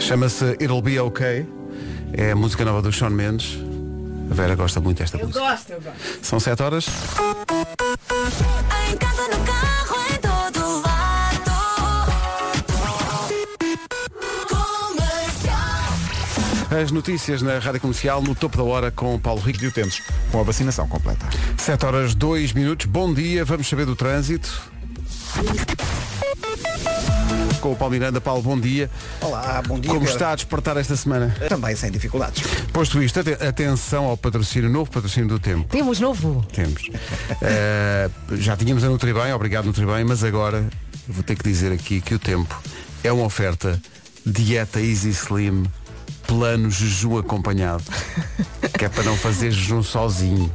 Chama-se It'll Be Okay. É a música nova do Sean Mendes. A Vera gosta muito desta música. gosto, eu gosto. São 7 horas. Em casa, no carro, em todo lado. Comercial. As notícias na Rádio Comercial, no topo da hora, com o Paulo Rico de Utentes. com a vacinação completa. 7 horas 2 minutos. Bom dia, vamos saber do trânsito. Com o Paulo Miranda. Paulo, bom dia. Olá, bom dia. Como Pedro. está a despertar esta semana? Também sem dificuldades. Posto isto, ate- atenção ao patrocínio, novo patrocínio do tempo. Temos novo. Temos. Eh, já tínhamos a Nutribem, obrigado Nutribem, mas agora vou ter que dizer aqui que o tempo é uma oferta dieta Easy Slim, plano jejum acompanhado, que é para não fazer jejum sozinho,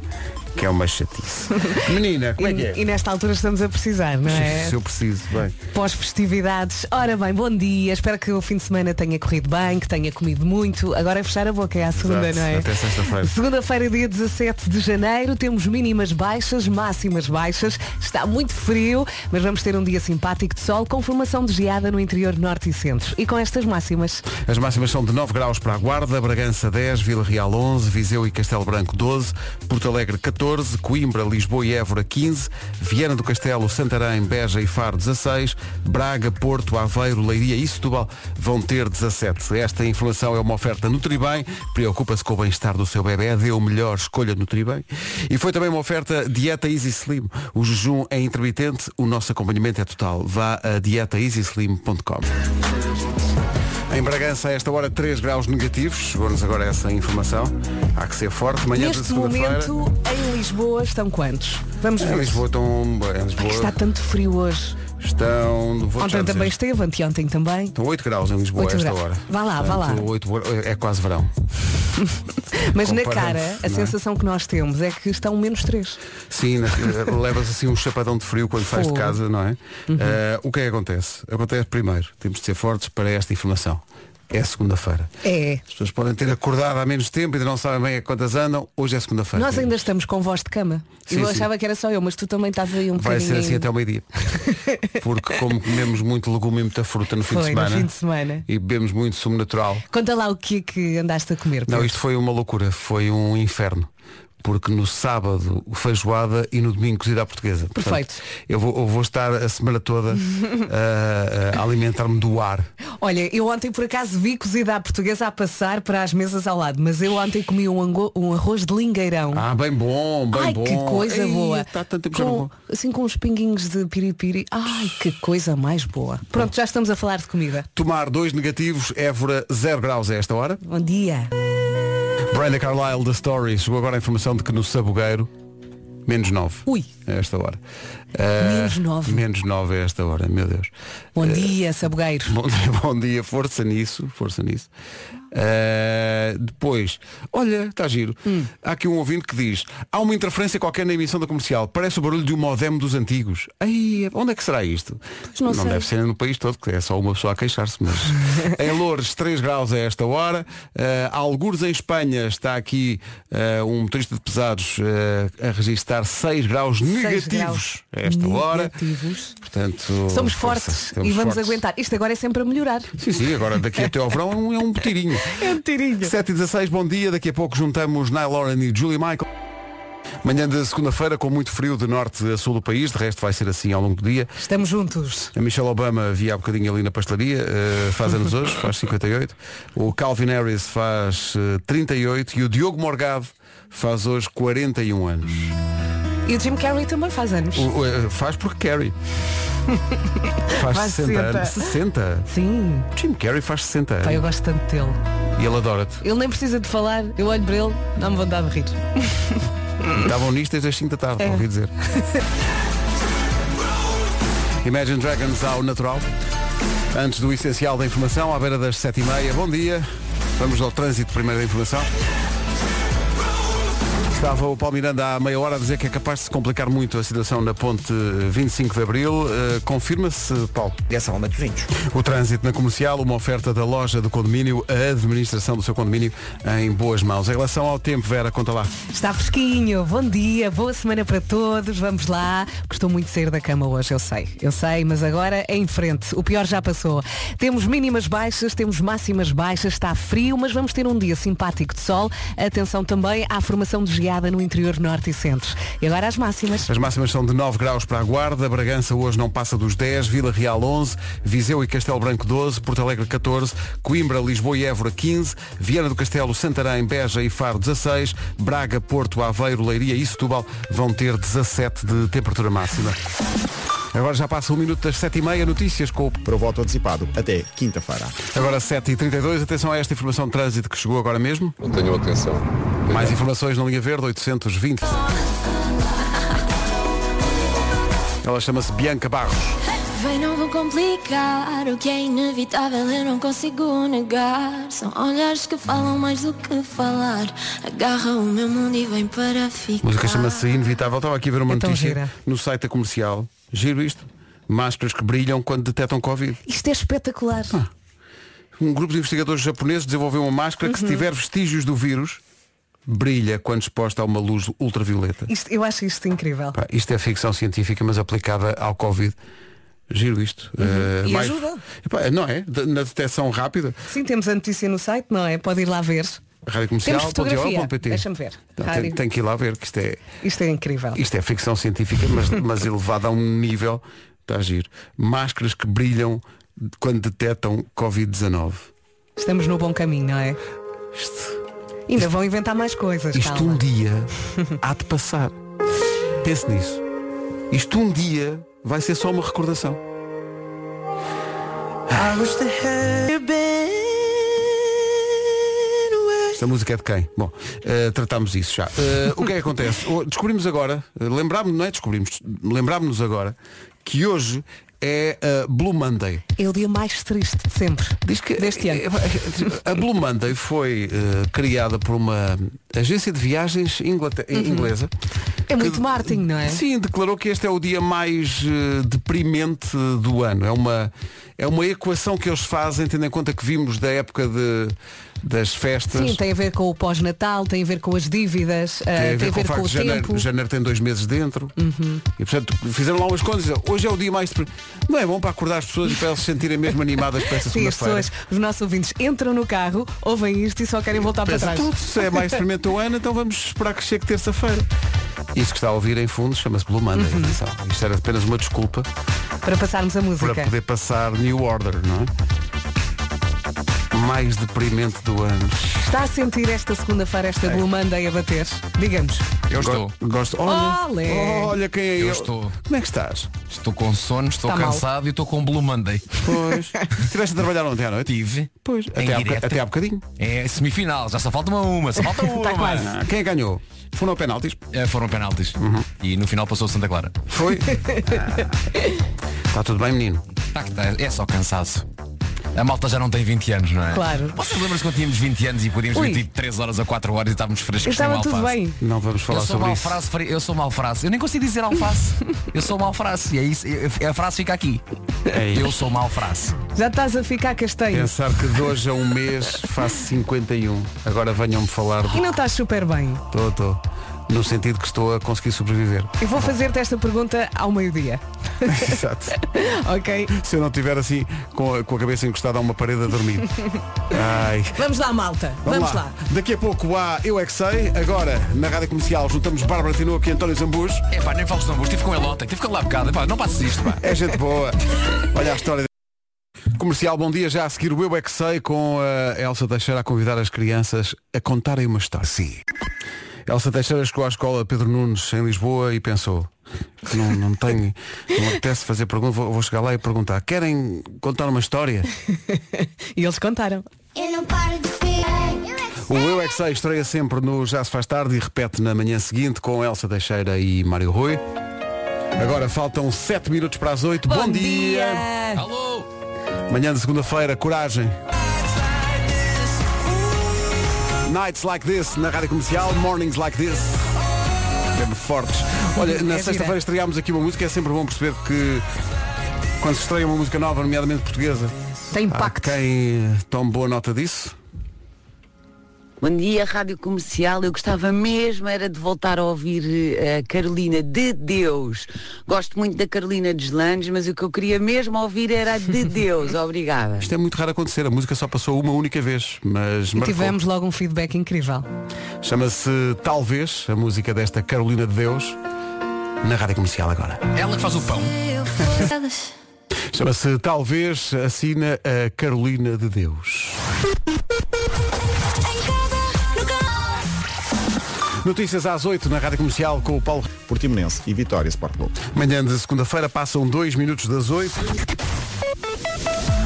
que é uma chatice. Menina, como é que é? E, e nesta altura estamos a precisar, não é? Se eu preciso, bem. Pós-festividades. Ora bem, bom dia. Espero que o fim de semana tenha corrido bem, que tenha comido muito. Agora é fechar a boca, é à segunda, Exato, não é? até sexta-feira. Segunda-feira, dia 17 de janeiro, temos mínimas baixas, máximas baixas. Está muito frio, mas vamos ter um dia simpático de sol com formação de geada no interior norte e centro. E com estas máximas, As máximas são de 9 graus para a Guarda, Bragança 10, Vila Real 11, Viseu e Castelo Branco 12, Porto Alegre 14, Coimbra, Lisboa e Évora 15, Viana do Castelo, Santarém, Beja e Faro 16, Braga, Porto, Aveiro, Leiria e Setúbal vão ter 17. Esta informação é uma oferta Nutribem, preocupa-se com o bem-estar do seu bebê, dê o melhor, escolha Nutribem. E foi também uma oferta Dieta Easy Slim. O jejum é intermitente, o nosso acompanhamento é total. Vá a dietaeasyslim.com. Em Bragança, a esta hora, 3 graus negativos. Chegou-nos agora essa informação. Há que ser forte. Manhã de neste segunda-feira. momento, em Lisboa, estão quantos? Vamos Em ver. Lisboa estão. Em Ai, Lisboa está tanto frio hoje. estão. Vou já Ontem dizer. também esteve, anteontem também. Estão 8 graus em Lisboa a Oito esta graus. hora. Vá lá, vá lá. Portanto, oito hor- é quase verão. Mas na Comparando, cara, não a é? sensação que nós temos é que estão menos 3. Sim, na- levas assim um chapadão de frio quando sais de Fogo. Uhum. casa, não é? Eh, o que é que acontece? Acontece primeiro, temos de ser fortes para esta informação. É segunda-feira. É. As pessoas podem ter acordado há menos tempo, ainda não sabem bem a quantas andam. Hoje é segunda-feira. Nós ainda estamos com voz de cama. Sim, eu sim. achava que era só eu, mas tu também estava aí um Vai ser bocadinho. assim até ao meio-dia. Porque como comemos muito legume e muita fruta no fim, de Foi, no semana, fim de semana. e bebemos muito sumo natural. Conta lá o que é que andaste a comer. Não, Pedro. isto foi uma loucura, foi um inferno. Porque no sábado feijoada e no domingo cozida à portuguesa. Portanto, Perfeito. eu, vou, eu vou estar a semana toda eh, a- a alimentar-me do ar. Olha, eu ontem por acaso vi cozida à portuguesa a passar para as mesas ao lado, mas eu ontem comi um, ango- um arroz de lingueirão. Ah, bem bom, bem Ai, bom. que coisa Ei, boa. Está tanto tempo já não com, assim com uns pinguinhos de piripiri. Ai, que coisa mais boa. Pronto, já estamos a falar de comida. Tomar dois negativos, Évora 0 graus a esta hora. Bom dia. Brenda Carlyle da Story chegou agora a informação de que no Sabugueiro, menos 9. Ui. A esta hora. Ah, Menos nove. Menos 9 a esta hora, meu Deus. Eh, Bom dia, sabogueiro. Bom dia, bom dia, força nisso, força nisso. Ah, depois, olha, está giro. Hum. Há aqui um ouvinte que diz, há uma interferência qualquer na emissão da comercial, parece o barulho de um modem dos antigos. Ai, onde é que será isto? Não sei. deve ser no país todo, que é só uma pessoa a queixar-se, mas em Loures, 3 graus a esta hora. Ah, algures em Espanha está aqui ah, um motorista de pesados ah, a registrar 6 graus negativos graus a esta hora. negativos. Portanto, Somos força, fortes estamos e vamos fortes. aguentar. Isto agora é sempre a melhorar. Sim, sim, agora daqui até ao verão é um, é um tirinho. É um tirinho. 7 e 16, bom dia. Daqui a pouco juntamos Nile Lauren e Julie Michael. Manhã de segunda-feira, com muito frio de norte a sul do país, de resto vai ser assim ao longo do dia. Estamos juntos. A Michelle Obama via há bocadinho ali na pastelaria, eh, faz anos hoje, faz 58. O Calvin Harris faz eh, 38 e o Diogo Morgado faz hoje 41 anos. E o Jim Carrey também faz anos. O- o- eh, faz porque Carrie. Faz Faz 60 anos. 60. 60. Sim. Jim Carrey faz 60 anos. Pai, eu gosto tanto dele. E ele adora-te. Ele nem precisa de falar, eu olho para ele, dá-me vontade de rir. Estavam nisto desde as 5 da tarde, ouvi dizer. Imagine Dragons ao natural. Antes do essencial da informação, à beira das 7 e meia. Bom dia. Vamos ao trânsito primeiro da informação. Estava o Paulo Miranda há meia hora a dizer que é capaz de se complicar muito a situação na ponte 25 de Abril. Eh, Confirma-se, Paulo? Direção a Matosinhos. O trânsito na comercial, uma oferta da loja do condomínio, a administração do seu condomínio em boas mãos. Em relação ao tempo, Vera, conta lá. Está fresquinho, bom dia, boa semana para todos, vamos lá. Custou muito sair da cama hoje, eu sei, eu sei, mas agora é em frente, o pior já passou. Temos mínimas baixas, temos máximas baixas, está frio, mas vamos ter um dia simpático de sol. Atenção também à formação de geada no interior norte e centro. E agora as máximas. As máximas são de 9 graus para a Guarda, Bragança hoje não passa dos 10, Vila Real 11, Viseu e Castelo Branco 12, Porto Alegre 14, Coimbra, Lisboa e Évora 15, Viana do Castelo, Santarém, Beja e Faro 16, Braga, Porto, Aveiro, Leiria e Setúbal vão ter 17 de temperatura máxima. Agora já passa um minuto das 7h30, notícias com o para o voto antecipado até quinta-feira. Agora 7h32, atenção a esta informação de trânsito que chegou agora mesmo. Não tenho atenção. Mais informações na linha verde, 820. Ela chama-se Bianca Barros. Vem, não vou complicar O que é inevitável eu não consigo negar São olhares que falam mais do que falar Agarra o meu mundo e vem para A ficar música chama-se Inevitável. Estava aqui a ver uma Ah. É tão notícia gira. no site da comercial. Giro isto. Máscaras que brilham quando detectam Covid. Isto é espetacular. Ah. Um grupo de investigadores japoneses desenvolveu uma máscara Uhum. que, se tiver vestígios do vírus, brilha quando exposta a uma luz ultravioleta. Isto, eu acho isto incrível. Pá, isto é ficção científica, mas aplicada ao Covid. Giro isto. Eh, Uhum. E ajuda. Epá, não é? De- na detecção rápida. Sim, temos a notícia no site, não é? Pode ir lá ver. Temos fotografia. radiocomercial.io.pt Deixa-me ver. Não, tem, Rádio. tem que ir lá ver que isto é, Isto é incrível. isto é ficção científica, mas, mas elevada a um nível. Está a giro. Máscaras que brilham quando detectam Covid-19. Estamos no bom caminho, não é? Isto, Ainda vão inventar mais coisas. isto calma. um dia há de passar. Pense nisso. Isto um dia vai ser só uma recordação. Esta música é de quem? Bom, eh, tratámos isso já. Eh, o que é que acontece? O- Descobrimos agora, eh, lembrámos-nos, não é descobrimos, lembrámos-nos agora que hoje é a Blue Monday. É o dia mais triste de sempre. Diz que eh, Deste ano. A Blue Monday foi eh, criada por uma agência de viagens inglate- inglesa. É que- muito marketing, não é? Sim, declarou que este é o dia mais eh, deprimente do ano. É uma, é uma equação que eles fazem, tendo em conta que vimos da época de, das festas. Sim, tem a ver com o pós-natal, tem a ver com as dívidas, ah, Tem a ver tem com o facto de o janeiro, é tempo. Uhum. janeiro tem dois meses dentro. E portanto fizeram lá umas contas. Hoje é o dia mais. deprim- Não é bom para acordar as pessoas e para elas se sentirem mesmo animadas para essa Sim, as segunda-feira. pessoas, os nossos ouvintes entram no carro, ouvem isto e só querem voltar para Pensa, trás. "Tudo, se é mais experimento o ano, então vamos esperar que chegue terça-feira. Isso que está a ouvir em fundo chama-se Blue Monday. atenção. Isto era apenas uma desculpa Para passarmos a música. para poder passar New Order, não é? Mais deprimente do ano. Está a sentir esta segunda-feira, esta É. Blue Monday a bater? Digamos. Eu Go- estou. Gosto. Olha, Olé. olha quem é Eu estou. Como é que estás? Estou com sono, estou Está mal. cansado e estou com um Blue Monday. Pois. Estiveste a trabalhar ontem à noite? Tive. Pois, Em até há, boca- direto. até há bocadinho. É semifinal, já só falta uma, uma, só falta um uma. Ah, Quem ganhou? Foram ao penaltis? É, foram penaltis. E no final passou o Santa Clara. Foi? Ah. Está tudo bem, menino? Tá que tá, é só cansaço. A malta já não tem 20 anos, não é? Claro. Vocês lembram-se quando tínhamos 20 anos e podíamos Ui. meter 3 horas a 4 horas e estávamos frescos Eu estava sem tudo alface? bem. Não vamos falar Eu sou sobre mal isso. frase, eu sou mal frase. Eu nem consigo dizer alface. eu sou mal frase. E é isso, eu- a frase fica aqui. É isso. Eu sou mal frase. Já estás a ficar castanho. Pensar que de hoje a um mês faço 51. Agora venham-me falar E de. não estás super bem. Tô, tô. No sentido que estou a conseguir sobreviver. Eu vou fazer-te esta pergunta ao meio-dia. Exato. Ok? Se eu não estiver assim com a, com a cabeça encostada a uma parede a dormir. Ai. Vamos lá, malta. Vamos, lá. Daqui a pouco há Eu É Que Sei. Agora, na Rádio Comercial, juntamos Bárbara Tinoco e António Zambus. É pá, nem falo de tambores, estive com ele ontem, estive com ele lá bocado. Pá, não passes isto, pá. É gente boa. Olha a história. Comercial, bom dia. Já a seguir o Eu É Que Sei com a Elsa Teixeira a convidar as crianças a contarem uma história. Sim. Elsa Teixeira chegou à escola Pedro Nunes em Lisboa e pensou não, não tenho, não apetece fazer pergunta, vou, vou chegar lá e perguntar querem contar uma história? E eles contaram. Eu não paro de ver O Eu É Que Sei estreia sempre no Já Se Faz Tarde e repete na manhã seguinte com Elsa Teixeira e Mário Rui. Agora faltam 7 minutos para as 8. Bom, Alô! Manhã de segunda-feira, coragem. Nights like this na rádio comercial, mornings like this. Mesmo fortes. Olha, na É sexta-feira gira. estreámos aqui uma música, é sempre bom perceber que quando se estreia uma música nova, nomeadamente portuguesa, Tem há impacto. quem tome boa nota disso. Bom dia, Rádio Comercial. Eu gostava mesmo era de voltar a ouvir eh, a Carolina de Deus. Gosto muito da Carolina dos Landes, mas o que eu queria mesmo ouvir era a de Deus. Obrigada. Isto é muito raro acontecer, a música só passou uma única vez, mas E marcou. tivemos logo um feedback incrível. Chama-se Talvez, a música desta Carolina de Deus, na Rádio Comercial agora. Ela que faz o pão. Eu fui- Chama-se Talvez, assina a Carolina de Deus. Em casa, no carro. Notícias às 8 na Rádio Comercial com o Paulo. Portimonense e Vitória Sport Clube. Manhã de segunda-feira passam 2 minutos das 8.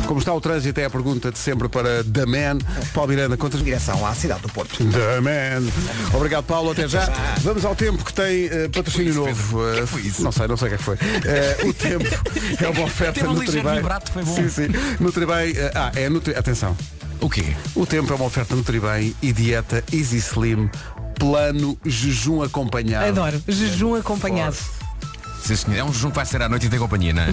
Como está o trânsito é a pergunta de sempre para The Man. Paulo Miranda, contra... Direção à cidade do Porto. The Man. Obrigado, Paulo. Até já. Vamos ao tempo que tem eh, patrocínio novo. Eh, Não sei, não sei o que é que foi. Eh, o tempo é uma oferta Teve um no ligeiro Tribay. vibrato, foi bom. Sim, sim. No Tribay. eh, ah, é no Tri- Atenção. O quê? O tempo é uma oferta no Tribem e dieta Easy Slim. Plano jejum acompanhado. Adoro. Jejum acompanhado. Sim, senhor. É um jejum que vai ser à noite e tem companhia, não é?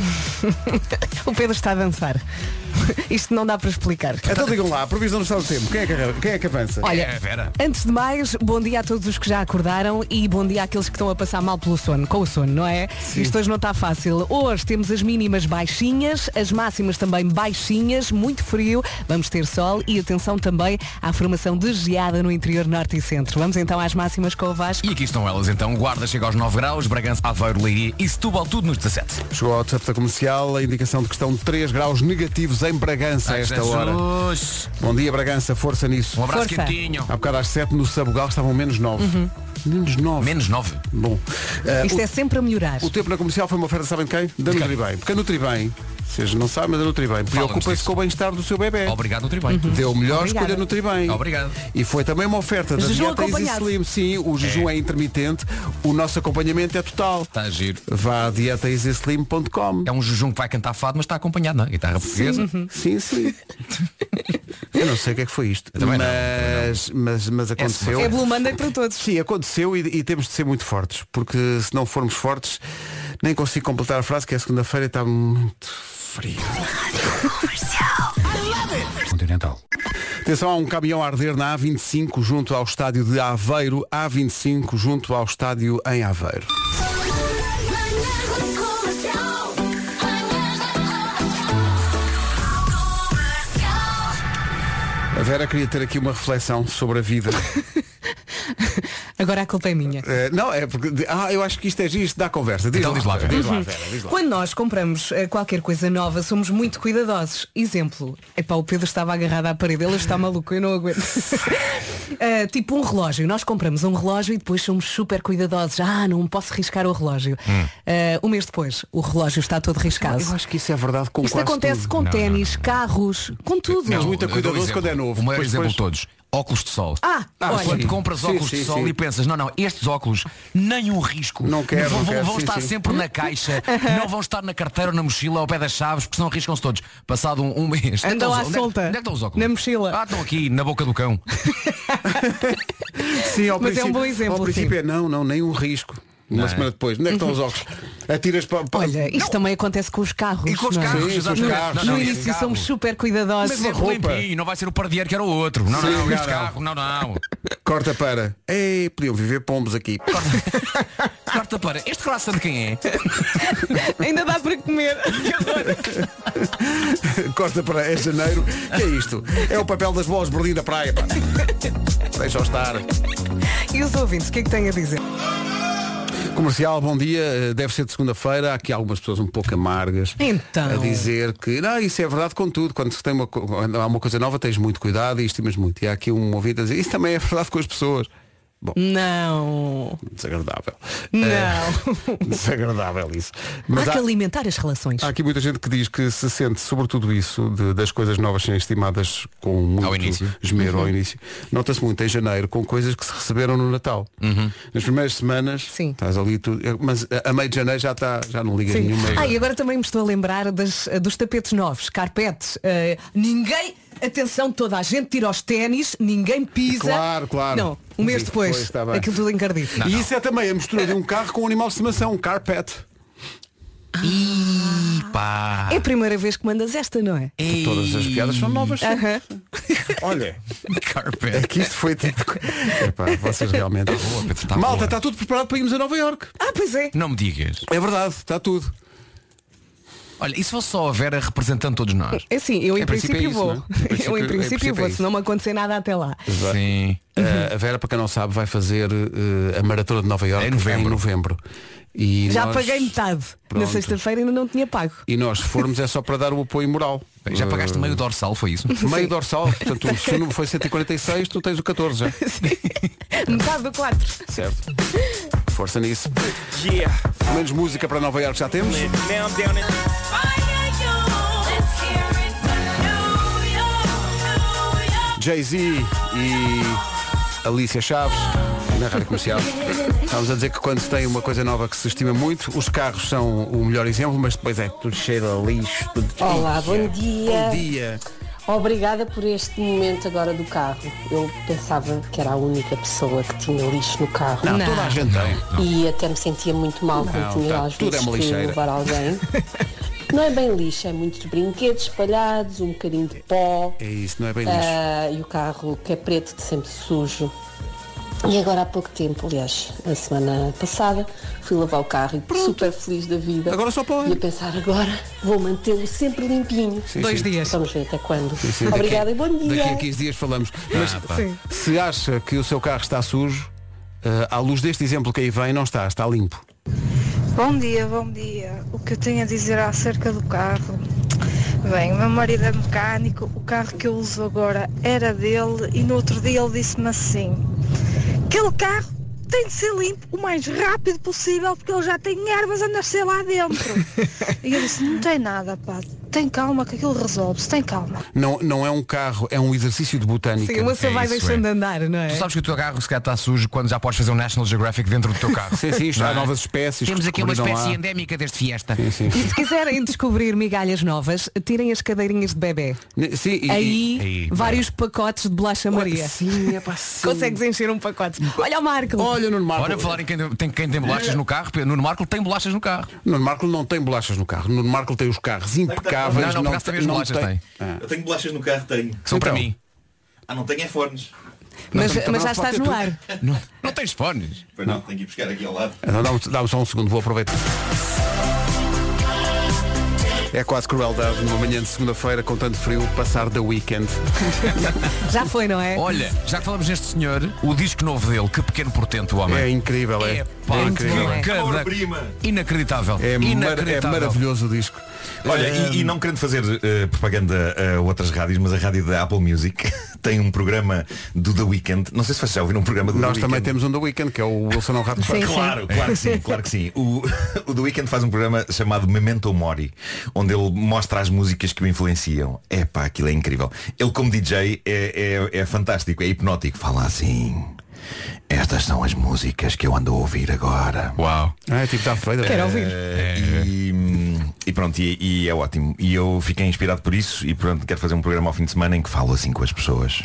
O Pedro está a dançar. Isto não dá para explicar. Então digam lá, a previsão do estado do tempo. Quem é que, arran- quem é que avança? Olha, É, Vera. Antes de mais, bom dia a todos os que já acordaram e bom dia àqueles que estão a passar mal pelo sono, com o sono, não é? Isto hoje não está fácil. Hoje temos as mínimas baixinhas, as máximas também baixinhas, muito frio, vamos ter sol e atenção também à formação de geada no interior norte e centro. Vamos então às máximas com o Vasco. E aqui estão elas então. Guarda chega aos 9 graus, Bragança, Aveiro, Leiria e Setúbal, tudo nos 17. Chegou ao WhatsApp da comercial a indicação de que estão 3 graus negativos em Bragança a esta hora. Jesus. Bom dia, Bragança, força nisso. Um abraço Força. quentinho. Há bocado às 7 no Sabugal estavam menos 9. Menos 9. Menos 9. Bom. eh, Uhum. Isto é sempre a melhorar. o, o tempo na comercial foi uma oferta, sabem de quem? Da quem? Nutribem. Porque a Nutribem, vocês não sabem, mas a Nutribem preocupa-se disso. com o bem-estar do seu bebê. Obrigado, Nutribem. Deu melhor Obrigada. escolha Nutribem. Obrigado. E foi também uma oferta da Jejum dieta Easy acompanhado. Slim. Sim, o jejum é. intermitente, o nosso acompanhamento é total. Está a Tá giro. Vá a dietaeasyslim.com. É um jejum que vai cantar fado, mas está acompanhado, não é? Guitarra portuguesa. Sim, sim. Eu não sei o que é que foi isto. também não, Mas, mas, mas aconteceu. É Blue Monday para todos. Sim, aconteceu e, e temos de ser muito fortes, porque se não formos fortes, nem consigo completar a frase que a segunda-feira está muito frio. Continental. Atenção, há um caminhão a arder na A25 junto ao estádio de Aveiro, A25 junto ao estádio em Aveiro. A Vera queria ter aqui uma reflexão sobre a vida. Agora a culpa é minha. Eh, não, é porque. Ah, eu acho que isto é giro, isto dá conversa. Diz Então diz lá, Vera. Diz lá, Vera, diz lá. Quando nós compramos eh, qualquer coisa nova, somos muito cuidadosos. Exemplo, epá, o Pedro estava agarrado à parede, ele está maluco, eu não aguento. Eh, tipo um relógio, nós compramos um relógio e depois somos super cuidadosos. Ah, não posso riscar o relógio. Hum. Eh, um mês depois, o relógio está todo riscado. Eu acho que isso é verdade com Isto quase acontece tudo. com ténis, carros, com tudo. Mas Não, muito eu dou um cuidadoso exemplo. quando é novo. O maior Pois, exemplo pois. de todos. Óculos de sol. Ah, Ah, olha. Quando sim. compras Sim, óculos sim, de sol sim. e pensas, não, não, estes óculos, nem um risco. Não quero, Vão, não vão- quero. vão Sim, estar sim. sempre na caixa, não vão estar na carteira ou na mochila ao pé das chaves, porque senão arriscam-se todos. Passado um, um mês. onde Andam estão os- à onde é- solta. Onde é que estão os óculos? Na mochila. Ah, estão aqui, na boca do cão. Sim, ao Mas é princípio- um bom exemplo, Ao princípio é não, não, nem um risco. Uma semana depois. Onde é que estão os óculos? Atiras para. para- Olha, isto também acontece com os carros. E com os não é? carros, Sim, exatamente. com os Não, carros. não, No não, início somos este carro. super cuidadosos. Mas Mesma é roupa. limpinho, não vai ser o pardieiro que era o outro. Não, Sim, não, não. este carro, não, não. Corta para. Ei, podiam viver pombos aqui. Corta para, este croissant de quem é? Ainda dá para comer. Corta para. É janeiro. Que é isto? É o papel das bolas de Berlim da praia. pá. Deixa estar. e os ouvintes, o que é que têm a dizer? Comercial, bom dia. Eh, Deve ser de segunda-feira. Há aqui algumas pessoas um pouco amargas Então. a dizer que não, isso é verdade com tudo. Quando se tem uma, co- quando há uma coisa nova, tens muito cuidado e estimas muito. E há aqui um ouvido a dizer, isso também é verdade com as pessoas. Bom, Não. desagradável. Não. Eh, desagradável isso. Mas Há que há, alimentar as relações. há aqui muita gente que diz que se sente, sobretudo isso, de- das coisas novas serem estimadas com muito Ao início. esmero Uhum. ao início. Nota-se muito em janeiro com coisas que se receberam no Natal. Uhum. Nas primeiras semanas, Sim. estás ali, tu, é, mas a- a meio de janeiro já, está, já não ligas Sim. nenhuma. Ah, e agora também me estou a lembrar das, eh, dos tapetes novos, carpetes. Eh, ninguém, atenção, toda a gente tira os ténis, ninguém pisa. Claro, claro. Não, Um mês Sim, depois, pois, está bem. aquilo tudo encardido. e isso é também a mistura de um carro com um animal de estimação, um carpet. Ih, pá. É a primeira vez que mandas esta, não é? Todas as piadas são novas. Aham. Olha, Carpet. é que isto foi tipo. Epá, vocês realmente. boa, Pedro, está Malta, boa. está tudo preparado para irmos a Nova York. Ah, pois é. Não me digas. É verdade, está tudo. Olha, e se fosse só a Vera representando todos nós? É sim, eu em Em princípio princípio, é isso, não vou. é? Em princípio- eu em em princípio princípio é vou, isso. se não me acontecer nada até lá. Sim. Uh, a Vera, para quem não sabe, vai fazer uh, a maratona de Nova Iorque Em novembro. Em novembro. E Já nós- paguei metade. Na Pronto. sexta-feira ainda não tinha pago. E nós se formos é só para dar o apoio moral. Já pagaste meio dorsal, foi isso? Uh, meio dorsal. Portanto, se o número foi 146, tu tens o 14 já. Metade do 4. Certo. Força nisso. Menos música para Nova Iorque já temos. Jay-Z e Alicia Chaves na Rádio Comercial. Estamos a dizer que quando se tem uma coisa nova que se estima muito, os carros são o melhor exemplo, mas depois é tudo cheiro a lixo. Tudo... Olá, bom dia. Bom dia. Obrigada por este momento agora do carro. Eu pensava que era a única pessoa que tinha lixo no carro. Não, Não. toda a gente tem. E até me sentia muito mal Não, quando tinha tá, às tudo é vezes uma que lixeira. levar alguém. Não é bem lixo, é muitos brinquedos espalhados, um bocadinho de pó. É isso, não é bem lixo. Ah, e o carro que é preto de sempre sujo. E agora há pouco tempo, aliás, a semana passada, fui lavar o carro e super feliz da vida. Agora só pode. Ah, E a pensar agora, vou mantê-lo sempre limpinho. Dois dias. Vamos ver até quando. Sim, daqui- Obrigada e bom dia. Daqui a 15 dias falamos. Ah, Mas Sim. se acha que o seu carro está sujo, eh, à luz deste exemplo que aí vem, não está, está limpo. Bom dia, bom dia. O que eu tenho a dizer acerca do carro? Bem, o meu marido é mecânico, o carro que eu uso agora era dele e no outro dia ele disse-me assim, aquele carro tem de ser limpo o mais rápido possível porque ele já tem ervas a nascer lá dentro. e eu disse, não tem nada, pá, tem calma que aquilo resolve-se, tem calma. Não, não é um carro, é um exercício de botânica. Sim, uma só É vai isso, deixando é. andar, não é? Tu sabes que o teu carro se calhar está sujo quando já podes fazer um National Geographic dentro do teu carro. Sim, sim, isto Não há é? novas espécies. Temos que aqui uma descobriram espécie lá. endémica deste fiesta. Sim, sim. E se quiserem descobrir migalhas novas, tirem as cadeirinhas de bebê. Ne- sim, e- Aí, aí, vários pacotes de bolacha Maria. Sim, é pá, sim. Consegues encher um pacote. Olha o Marco. Olha, Nuno Marco. Olha, falar em quem tem, quem tem bolachas no carro, Pedro, Nuno Marco tem bolachas no carro. Nuno Marco não tem bolachas no carro. Nuno Marco tem os carros impecáveis. Não, não, por acaso também as bolachas tem. Eu tenho bolachas no carro, tenho. Que são para Então. mim. Ah, não tenho é fones. mas, também não mas já se pode estás ter no tudo. ar. Não, não tens fones. Pois não, tenho que ir buscar aqui ao lado. Então dá-me dá-me só um segundo, vou aproveitar. É quase crueldade numa manhã de segunda-feira com tanto frio passar da weekend. Já foi, não é? Olha, já que falamos neste senhor, o disco novo dele, que pequeno portento o É homem. incrível, é. pá, é que incrível. bom. cada- Obra-prima. Inacreditável. É, mar, é Inacreditável. É maravilhoso o disco. Olha, e, e não querendo fazer eh, propaganda a outras rádios, mas a rádio da Apple Music tem um programa do The Weeknd. Não sei se vocês já ouviram um programa do Nós The também Weeknd. temos um da weekend, que é o Wilson Rato Sim. Claro, claro que sim, claro que sim. O, o The Weeknd faz um programa chamado Memento Mori, onde ele mostra as músicas que o influenciam. É pá, aquilo é incrível. Ele como DJ é, é, é fantástico, é hipnótico. Fala assim. Estas são as músicas que eu ando a ouvir agora. Uau. Ah, é tipo da feira. Quero ouvir. Eh, E, hum, e pronto, e, e é ótimo. E eu fiquei inspirado por isso e pronto, quero fazer um programa ao fim de semana em que falo assim com as pessoas.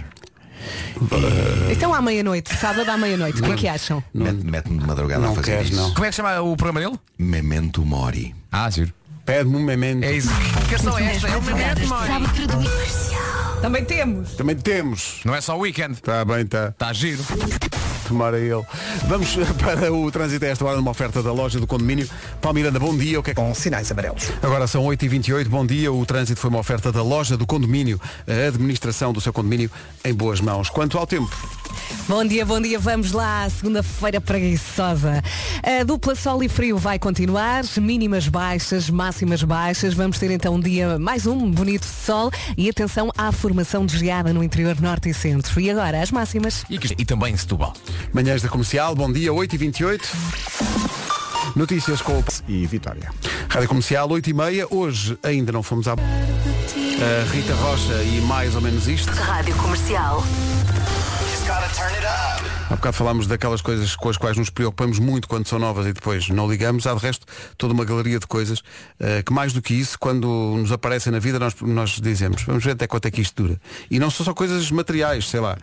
Então à meia-noite, sábado à meia-noite, o que é que acham? Mete- Mete-me de madrugada Não a fazer queres, isso. não. Como é que se chama o programa dele? Memento Mori. Ah, giro. Pede-me um memento. É isso. Que canção é esta? É o Memento Mori. Também temos. Também temos. Não é só o weekend. Está bem, tá. está. Está giro. Tomara ele. Vamos para o trânsito a esta hora numa oferta da loja do condomínio. Paulo Miranda, bom dia. O que é que... Com sinais amarelos. Agora são 8h28, bom dia. O trânsito foi uma oferta da loja do condomínio. A administração do seu condomínio em boas mãos. Quanto ao tempo, Bom dia, bom dia, vamos lá, segunda-feira preguiçosa. A dupla sol e frio vai continuar, mínimas baixas, máximas baixas. Vamos ter então um dia, mais um bonito de sol e atenção à formação de geada no interior norte e centro. E agora, as máximas. E, que- e também em Setúbal. manhãs da comercial, bom dia, 8h28. Notícias com o E Vitória. Rádio Comercial, 8h30. Hoje ainda não fomos à. A Rita Rocha e mais ou menos isto. Rádio Comercial. Há bocado falámos daquelas coisas com as quais nos preocupamos muito quando são novas e depois não ligamos. Há de resto toda uma galeria de coisas eh, que mais do que isso, quando nos aparecem na vida, nós, nós dizemos, vamos ver até quanto é que isto dura. E não são só coisas materiais, sei lá.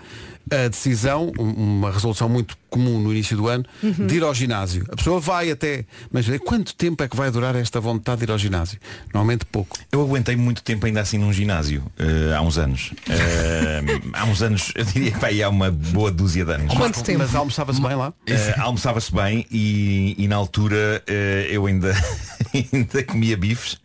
A decisão, um- uma resolução muito comum no início do ano, de ir ao ginásio. A pessoa vai até, mas vê quanto tempo é que vai durar esta vontade de ir ao ginásio? Normalmente pouco. Eu aguentei muito tempo ainda assim num ginásio, eh, há uns anos. Eh, há uns anos, eu diria que aí há uma boa dúzia de anos. Quanto tempo? Mas almoçava-se bem lá? Eh, almoçava-se bem e, e na altura eh, eu ainda, ainda comia bifes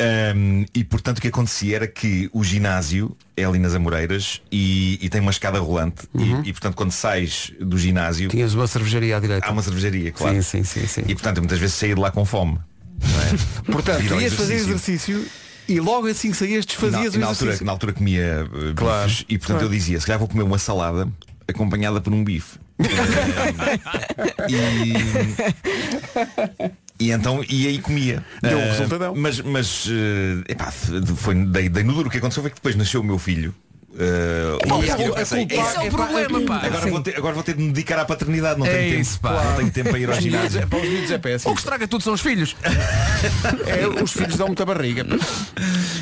Ahm, e portanto o que acontecia era que o ginásio é ali nas Amoreiras e, e tem uma escada rolante E- Uhum. e, portanto quando sais do ginásio Tinhas uma cervejaria à direita. há uma cervejaria, claro. Sim, sim, sim. E portanto eu muitas vezes saía de lá com fome. não é? Portanto, Devido ao ias fazer exercício e logo assim que saías na, desfazias na o altura, exercício. na altura comia eh, Claro. bifes e portanto Claro. eu dizia, se calhar vou comer uma salada acompanhada por um bife. Eh, e, e então e aí comia. Deu um Eh, resultadão. Mas, mas eh, epá, foi, dei, dei no duro. O que aconteceu foi que depois nasceu o meu filho. Eh, Epá, e a a seguir eu culpa- pensei, a culpa- "Esse é o epá, problema, epá, pá. Agora sim. vou, ter, agora vou ter de me dedicar à paternidade, não É tenho isso, tempo. pá. Não tenho tempo para ir ao Os miúdos- ginásio. Para os miúdos é O péssimo. que estraga tudo são os filhos. É, os filhos dão muita barriga.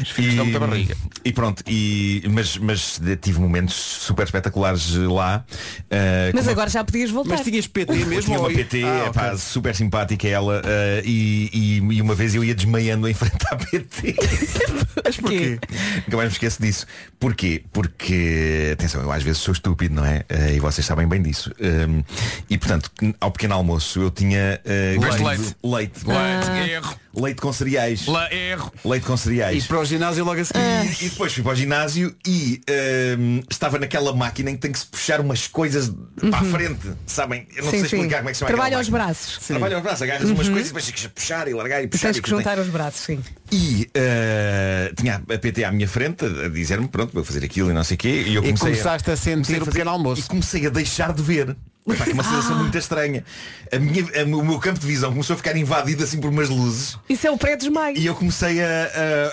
Os filhos E- dão é muita barriga. E pronto, e, mas, mas tive momentos super espetaculares eh, lá. eh, Mas com- agora já podias voltar. Mas tinhas PT Eu mesmo? tinha uma ou- PT, Ah, epá, ok. super simpática ela, eh, e, e- e uma vez eu ia desmaiando em frente à PT. Mas porquê? Nunca mais me esqueço disso. Porquê? Porque, atenção, eu às vezes sou estúpido, não é? Eh, e vocês sabem bem disso. Ehm, e portanto, ao pequeno almoço eu tinha eh, Leite. gosto de- leite. Ah. Erro. Leite com cereais. Lá, erro. Leite com E cereais. para o ginásio logo a seguir. E depois fui para o ginásio e ehm, estava naquela máquina em que tem que se puxar umas coisas para a frente, sabem? Eu não Uhum. Sim, sei sim. explicar como é que se chama Trabalha aquela aos máquina. braços. Uhum. Trabalha aos braços, agarras umas coisas e depois tens que puxar e largar e puxar. Tens e que depois juntar os braços, sim. e eh, tinha a PT à minha frente a dizer-me, pronto, vou fazer aquilo e não sei o quê. E eu E comecei começaste a sentir comecei o fazer- pequeno almoço. E comecei a deixar de ver. Epá, que é uma sensação Ah. muito estranha. A minha, a- o meu campo de visão começou a ficar invadido assim por umas luzes. Isso é o pré-desmaio. E eu comecei a,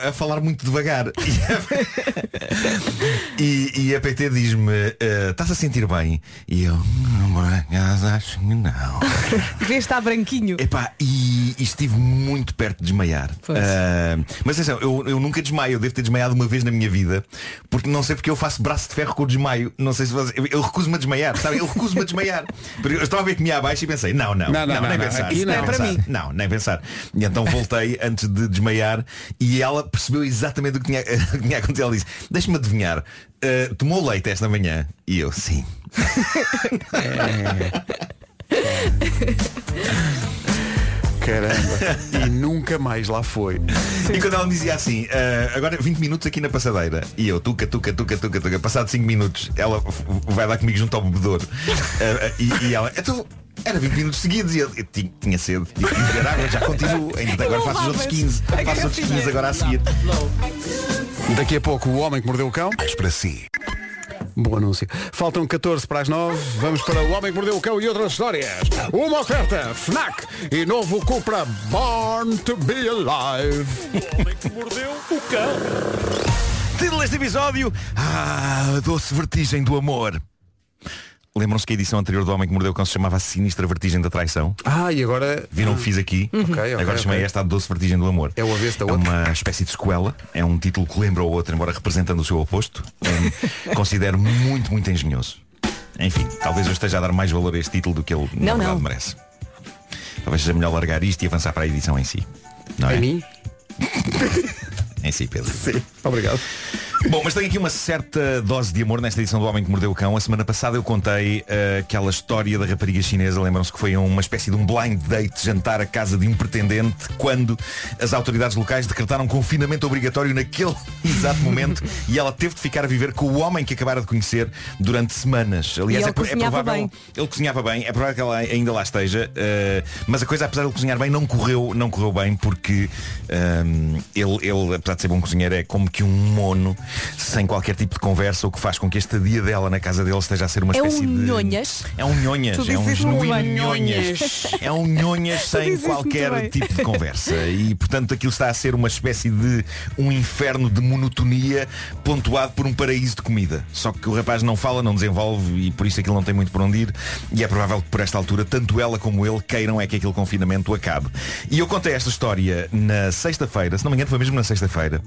a- a falar muito devagar. E, e a PT diz-me, eh, estás a sentir bem? E eu, não, por acaso, acho que não. Vê está branquinho. Epá, e, e estive muito perto de desmaiar. Pois. Ah, mas atenção, eu, eu nunca desmaio, eu devo ter desmaiado uma vez na minha vida, porque não sei porque eu faço braço de ferro com o desmaio. Não sei se vocês- eu, eu recuso-me a desmaiar, sabe? Eu recuso-me a desmaiar. Porque eu estava a ver que me ia abaixo e pensei, não, não, Não, não, não, não, nem não, pensar. aqui nem não é para pensar. mim. Não, nem pensar. E então voltei antes de desmaiar e ela percebeu exatamente o que tinha, o que tinha acontecido. Ela disse, deixa-me adivinhar, ah, tomou leite esta manhã? E eu, sim. Caramba. E nunca mais lá foi. E quando ela me dizia assim, "Ah, agora 20 minutos aqui na passadeira, e eu, tuca, tuca, tuca, tuca, tuca, passado 5 minutos, ela f- vai lá comigo junto ao bebedouro. Ah, ah, e, e ela, então, era 20 minutos seguidos, e eu, eu ti- tinha sede, e fui beber água, já continuo, ainda agora faço os outros 15, faço outros 15 agora a seguir. Daqui a pouco o homem que mordeu o cão. Mas para si. Bom anúncio. Faltam 14 para as 9. Vamos para o homem que mordeu o cão e outras histórias. Uma oferta, FNAC e novo Cupra Born to be Alive. Título deste episódio, ah, a doce vertigem do amor. Lembram-se que a edição anterior do Homem que Mordeu o Cão se chamava A Sinistra Vertigem da Traição? Ah, e agora Viram o que fiz aqui? Uhum. Ok, ok, Agora chamei ok. esta a Doce Vertigem do Amor. É o avesso da É outra. uma espécie de sequela, é um título que lembra o outro, embora representando o seu oposto. Hum, considero muito, muito engenhoso. Enfim, talvez eu esteja a dar mais valor a este título do que ele na Não, verdade não. merece. Talvez seja melhor largar isto e avançar para a edição em si. Não é? a mim? Em si, É Pedro. Sim. Obrigado. Bom, mas tenho aqui uma certa dose de amor nesta edição do Homem que Mordeu o Cão. A semana passada eu contei eh, aquela história da rapariga chinesa. Lembram-se que foi uma espécie de um blind date jantar à casa de um pretendente quando as autoridades locais decretaram confinamento obrigatório naquele exato momento e ela teve de ficar a viver com o homem que acabara de conhecer durante semanas. Aliás, E ele é, pro- é cozinhava provável. bem. Ele cozinhava bem, é provável que ela ainda lá esteja, eh, mas a coisa, apesar de ele cozinhar bem, não correu, eh, não correu bem porque ehm, ele, ele, apesar de ser bom cozinheiro, é como que um mono sem qualquer tipo de conversa, o que faz com que este dia dela na casa dele esteja a ser uma é um espécie de. nhonhas. É um nhonhas, Tu é um dizes muito genuíno bem. nhonhas. É um nhonhas Tu sem dizes muito qualquer bem. tipo de conversa. E portanto aquilo está a ser uma espécie de um inferno de monotonia pontuado por um paraíso de comida. Só que o rapaz não fala, não desenvolve e por isso aquilo não tem muito por onde ir. E é provável que por esta altura tanto ela como ele queiram é que aquele confinamento acabe. E eu contei esta história na sexta-feira, se não me engano foi mesmo na sexta-feira.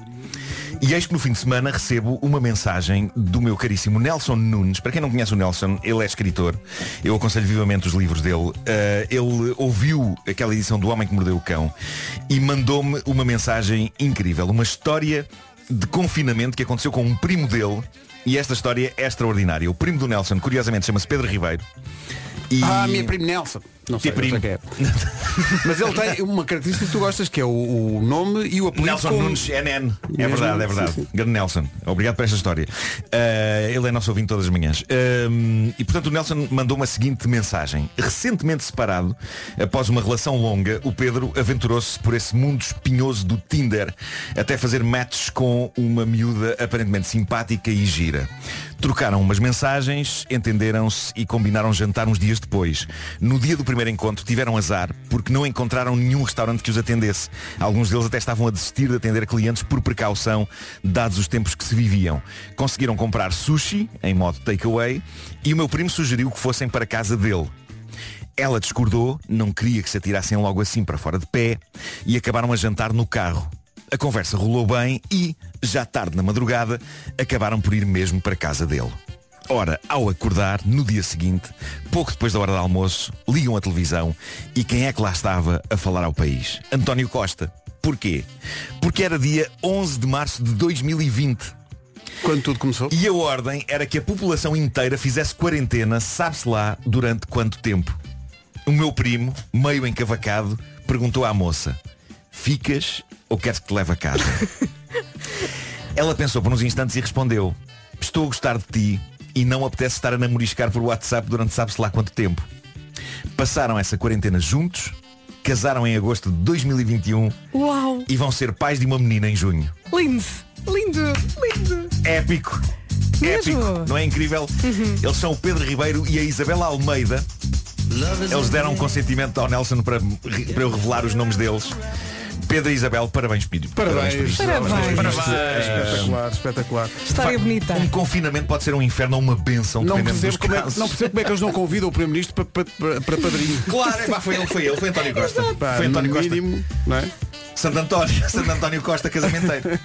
E eis que no fim de semana recebo uma mensagem do meu caríssimo Nelson Nunes. Para quem não conhece o Nelson, ele é escritor. Eu aconselho vivamente os livros dele. Uh, ele ouviu aquela edição do Homem que Mordeu o Cão e mandou-me uma mensagem incrível. Uma história de confinamento que aconteceu com um primo dele. E esta história é extraordinária. O primo do Nelson, curiosamente, chama-se Pedro Ribeiro. E... Ah, minha primo Nelson. Não sei, Tia primo. não sei quem é. Mas ele tem uma característica que tu gostas, que é o, o nome e o apelido. Nelson com- Nunes, NN. É Mesmo? verdade, é verdade. Sim, sim. Grande Nelson, obrigado por esta história. Uh, ele é nosso ouvinte todas as manhãs. Um, e portanto o Nelson mandou uma seguinte mensagem. Recentemente separado, após uma relação longa, o Pedro aventurou-se por esse mundo espinhoso do Tinder, até fazer matches com uma miúda aparentemente simpática e gira. Trocaram umas mensagens, entenderam-se e combinaram jantar uns dias depois. No dia do primeiro encontro tiveram azar porque não encontraram nenhum restaurante que os atendesse. Alguns deles até estavam a desistir de atender clientes por precaução, dados os tempos que se viviam. Conseguiram comprar sushi, em modo takeaway, e o meu primo sugeriu que fossem para a casa dele. Ela discordou, não queria que se atirassem logo assim para fora de pé e acabaram a jantar no carro. A conversa rolou bem e, já tarde na madrugada, acabaram por ir mesmo para a casa dele. Ora, ao acordar, no dia seguinte, pouco depois da hora do almoço, ligam a televisão e quem é que lá estava a falar ao país? António Costa. Porquê? Porque era dia 11 de março de 2020. Quando tudo começou? E a ordem era que a população inteira fizesse quarentena, sabe-se lá, durante quanto tempo. O meu primo, meio encavacado, perguntou à moça, ficas ou queres que te leve a casa? Ela pensou por uns instantes e respondeu, estou a gostar de ti e não apetece estar a namoriscar por WhatsApp durante sabe-se lá quanto tempo. Passaram essa quarentena juntos, casaram em agosto de 2021 Uau! e vão ser pais de uma menina em junho. Lindo! Lindo! Lindo! Épico. Mesmo? Uhum. Épico, não é incrível? Eles são o Pedro Ribeiro e a Isabela Almeida. Eles deram consentimento ao Nelson para, para eu revelar os nomes deles. Pedro e Isabel, parabéns, Pedro. Parabéns. por isto. Parabéns. por isto. É Espetacular, espetacular. História bonita. Um confinamento pode ser um inferno ou uma benção, Não dependendo dos percebo, como é, casos. não percebo como é que eles não convidam o Primeiro-Ministro para, para- para- para padrinho. Claro, é pá, foi ele, foi ele, foi António Costa. Pá, Foi António no Costa. mínimo, não é? Santo António, Santo António Costa, casamenteiro.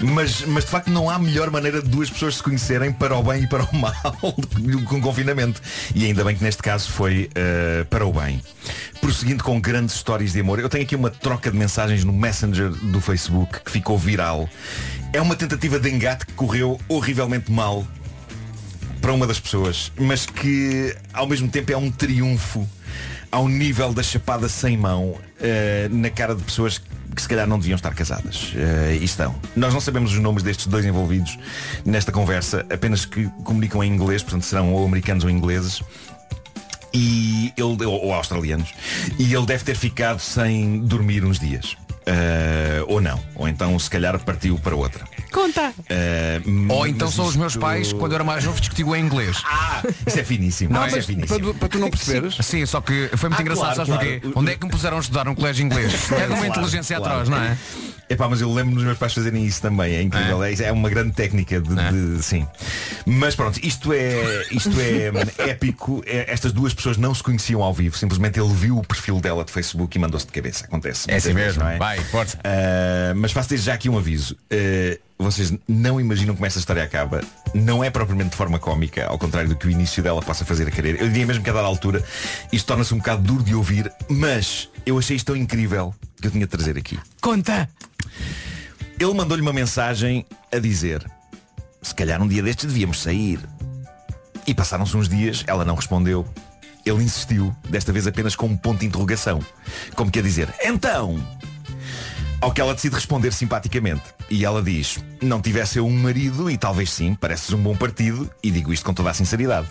mas, mas de facto não há melhor maneira de duas pessoas se conhecerem para o bem e para o mal do que um confinamento. E ainda bem que neste caso foi eh, para o bem. Prosseguindo com grandes histórias de amor, eu tenho aqui uma troca de mensagens no Messenger do Facebook que ficou viral. É uma tentativa de engate que correu horrivelmente mal para uma das pessoas, mas que ao mesmo tempo é um triunfo ao nível da chapada sem mão eh, na cara de pessoas que se calhar não deviam estar casadas. Eh, e estão. Nós não sabemos os nomes destes dois envolvidos nesta conversa, apenas que comunicam em inglês, portanto serão ou americanos ou ingleses. E ele, ou, ou australianos. E ele deve ter ficado sem dormir uns dias. Eh, ou não. Ou então se calhar partiu para outra. Conta! Eh, Hum, Ou então mas são os meus isto- pais, quando eu era mais novo, discutiu em inglês. Ah, isso é finíssimo. Não, isso é mas finíssimo. Para, tu- para tu não perceberes? Sim, só que foi muito Ah, engraçado, claro, sabes claro. porquê? Onde é que me puseram a estudar num colégio inglês? É de uma Claro, inteligência claro. atroz, não é? Epá, mas eu lembro dos meus pais fazerem isso também, é incrível. É, é uma grande técnica de, É. de- sim. Mas pronto, isto é, isto é épico. É, estas duas pessoas não se conheciam ao vivo, simplesmente ele viu o perfil dela de Facebook e mandou-se de cabeça. Acontece. É assim muitas vezes, mesmo. não é? Vai, força. Ah, mas faço desde já aqui um aviso. Ah, vocês não imaginam como esta história acaba. Não é propriamente de forma cómica, ao contrário do que o início dela possa fazer a querer. Eu diria mesmo que a dada altura isto torna-se um bocado duro de ouvir, mas eu achei isto tão incrível que eu tinha de trazer aqui. Conta! Ele mandou-lhe uma mensagem a dizer Se calhar um dia destes devíamos sair E passaram-se uns dias, ela não respondeu Ele insistiu, desta vez apenas com um ponto de interrogação Como quer dizer, então Ao que ela decide responder simpaticamente E ela diz Não tivesse eu um marido e talvez sim, pareces um bom partido E digo isto com toda a sinceridade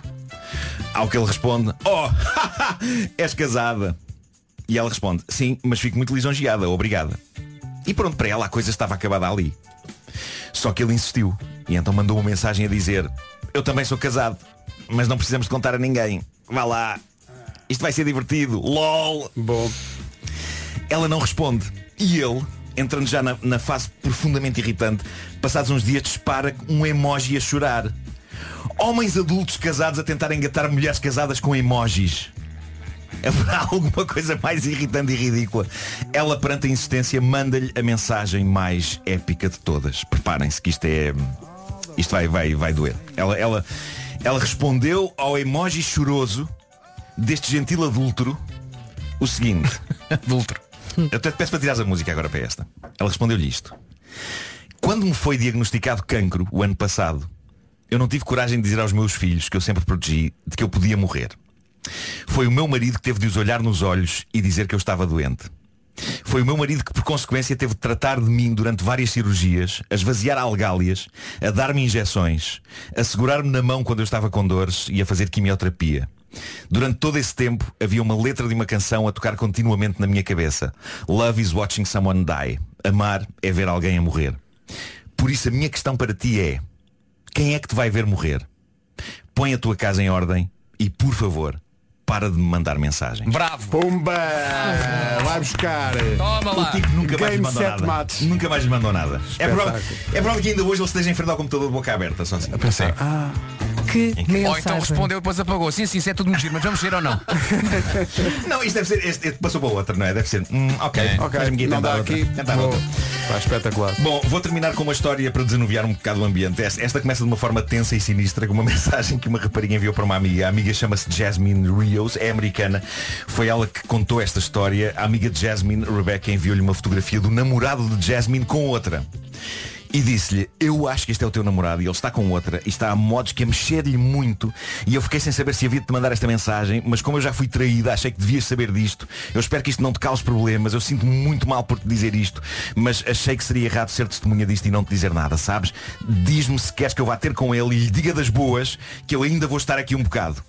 Ao que ele responde Oh, és casada E ela responde Sim, mas fico muito lisonjeada, obrigada e pronto, para ela a coisa estava acabada ali. Só que ele insistiu e então mandou uma mensagem a dizer Eu também sou casado, mas não precisamos de contar a ninguém. Vá lá, isto vai ser divertido. LOL. Bom. Ela não responde. E ele, entrando já na, na fase profundamente irritante, passados uns dias dispara um emoji a chorar. Homens adultos casados a tentar engatar mulheres casadas com emojis. Haverá É alguma coisa mais irritante e ridícula. Ela, perante a insistência, manda-lhe a mensagem mais épica de todas. Preparem-se que isto é. Isto vai, vai, vai doer. Ela, ela, ela respondeu ao emoji choroso deste gentil adúltero o seguinte. adúltero. Eu até te peço para tirares a música agora para esta. Ela respondeu-lhe isto. Quando me foi diagnosticado cancro o ano passado, eu não tive coragem de dizer aos meus filhos, que eu sempre protegi, de que eu podia morrer. Foi o meu marido que teve de os olhar nos olhos e dizer que eu estava doente. Foi o meu marido que, por consequência, teve de tratar de mim durante várias cirurgias, a esvaziar algálias, a dar-me injeções, a segurar-me na mão quando eu estava com dores e a fazer quimioterapia. Durante todo esse tempo, havia uma letra de uma canção a tocar continuamente na minha cabeça. Love is watching someone die. Amar é ver alguém a morrer. Por isso, a minha questão para ti é quem é que te vai ver morrer? Põe a tua casa em ordem e, por favor, para de me mandar mensagens. Bravo. Pumba. Vai buscar. eh, Toma lá. O tipo nunca mais Game lhe mandou set nada. mates. Nunca mais lhe mandou nada. É Espetáculo. provável, é provável que ainda hoje ele esteja em frente ao computador de boca aberta, só assim. Sim. Que mensagem. Ou então respondeu e depois apagou. Sim, sim, isso é tudo muito giro, mas vamos ver ou não? Não, isto deve ser. Este, este passou para o outro, não é? Deve ser. Hum, ok, É. Ok, não Faz-me tentar dá outra. aqui. Tentar Vou- outra. Vai espetacular. Bom, vou terminar com uma história para desanuviar um bocado o ambiente. Esta, esta começa de uma forma tensa e sinistra, com uma mensagem que uma rapariga enviou para uma amiga. A amiga chama-se Jasmine Rios, é americana. Foi ela que contou esta história. A amiga de Jasmine, Rebecca, enviou-lhe uma fotografia do namorado de Jasmine com outra. E disse-lhe, eu acho que este é o teu namorado e ele está com outra e está a modos que a mexer-lhe muito e eu fiquei sem saber se havia de te mandar esta mensagem, mas como eu já fui traída, achei que devias saber disto. Eu espero que isto não te cause problemas, eu sinto-me muito mal por te dizer isto, mas achei que seria errado ser testemunha disto e não te dizer nada, sabes? Diz-me se queres que eu vá ter com ele e lhe diga das boas que eu ainda vou estar aqui um bocado.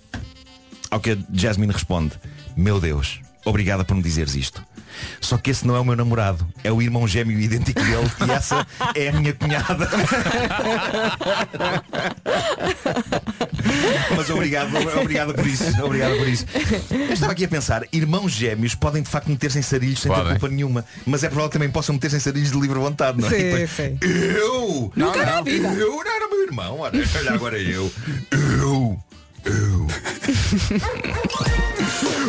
Ao que a Jasmine responde Meu Deus, obrigada por me dizeres isto Só que esse não é o meu namorado É o irmão gêmeo idêntico dele E essa é a minha cunhada Mas obrigado, obrigado por isso Obrigado por isso Eu estava aqui a pensar Irmãos gêmeos podem de facto meter-se em sarilhos Sem ter Podem. culpa nenhuma Mas é provável que também possam meter-se em sarilhos de livre vontade não é? E depois, sim. Eu? Nunca na vida. Eu não era meu irmão Olha, olha agora eu Eu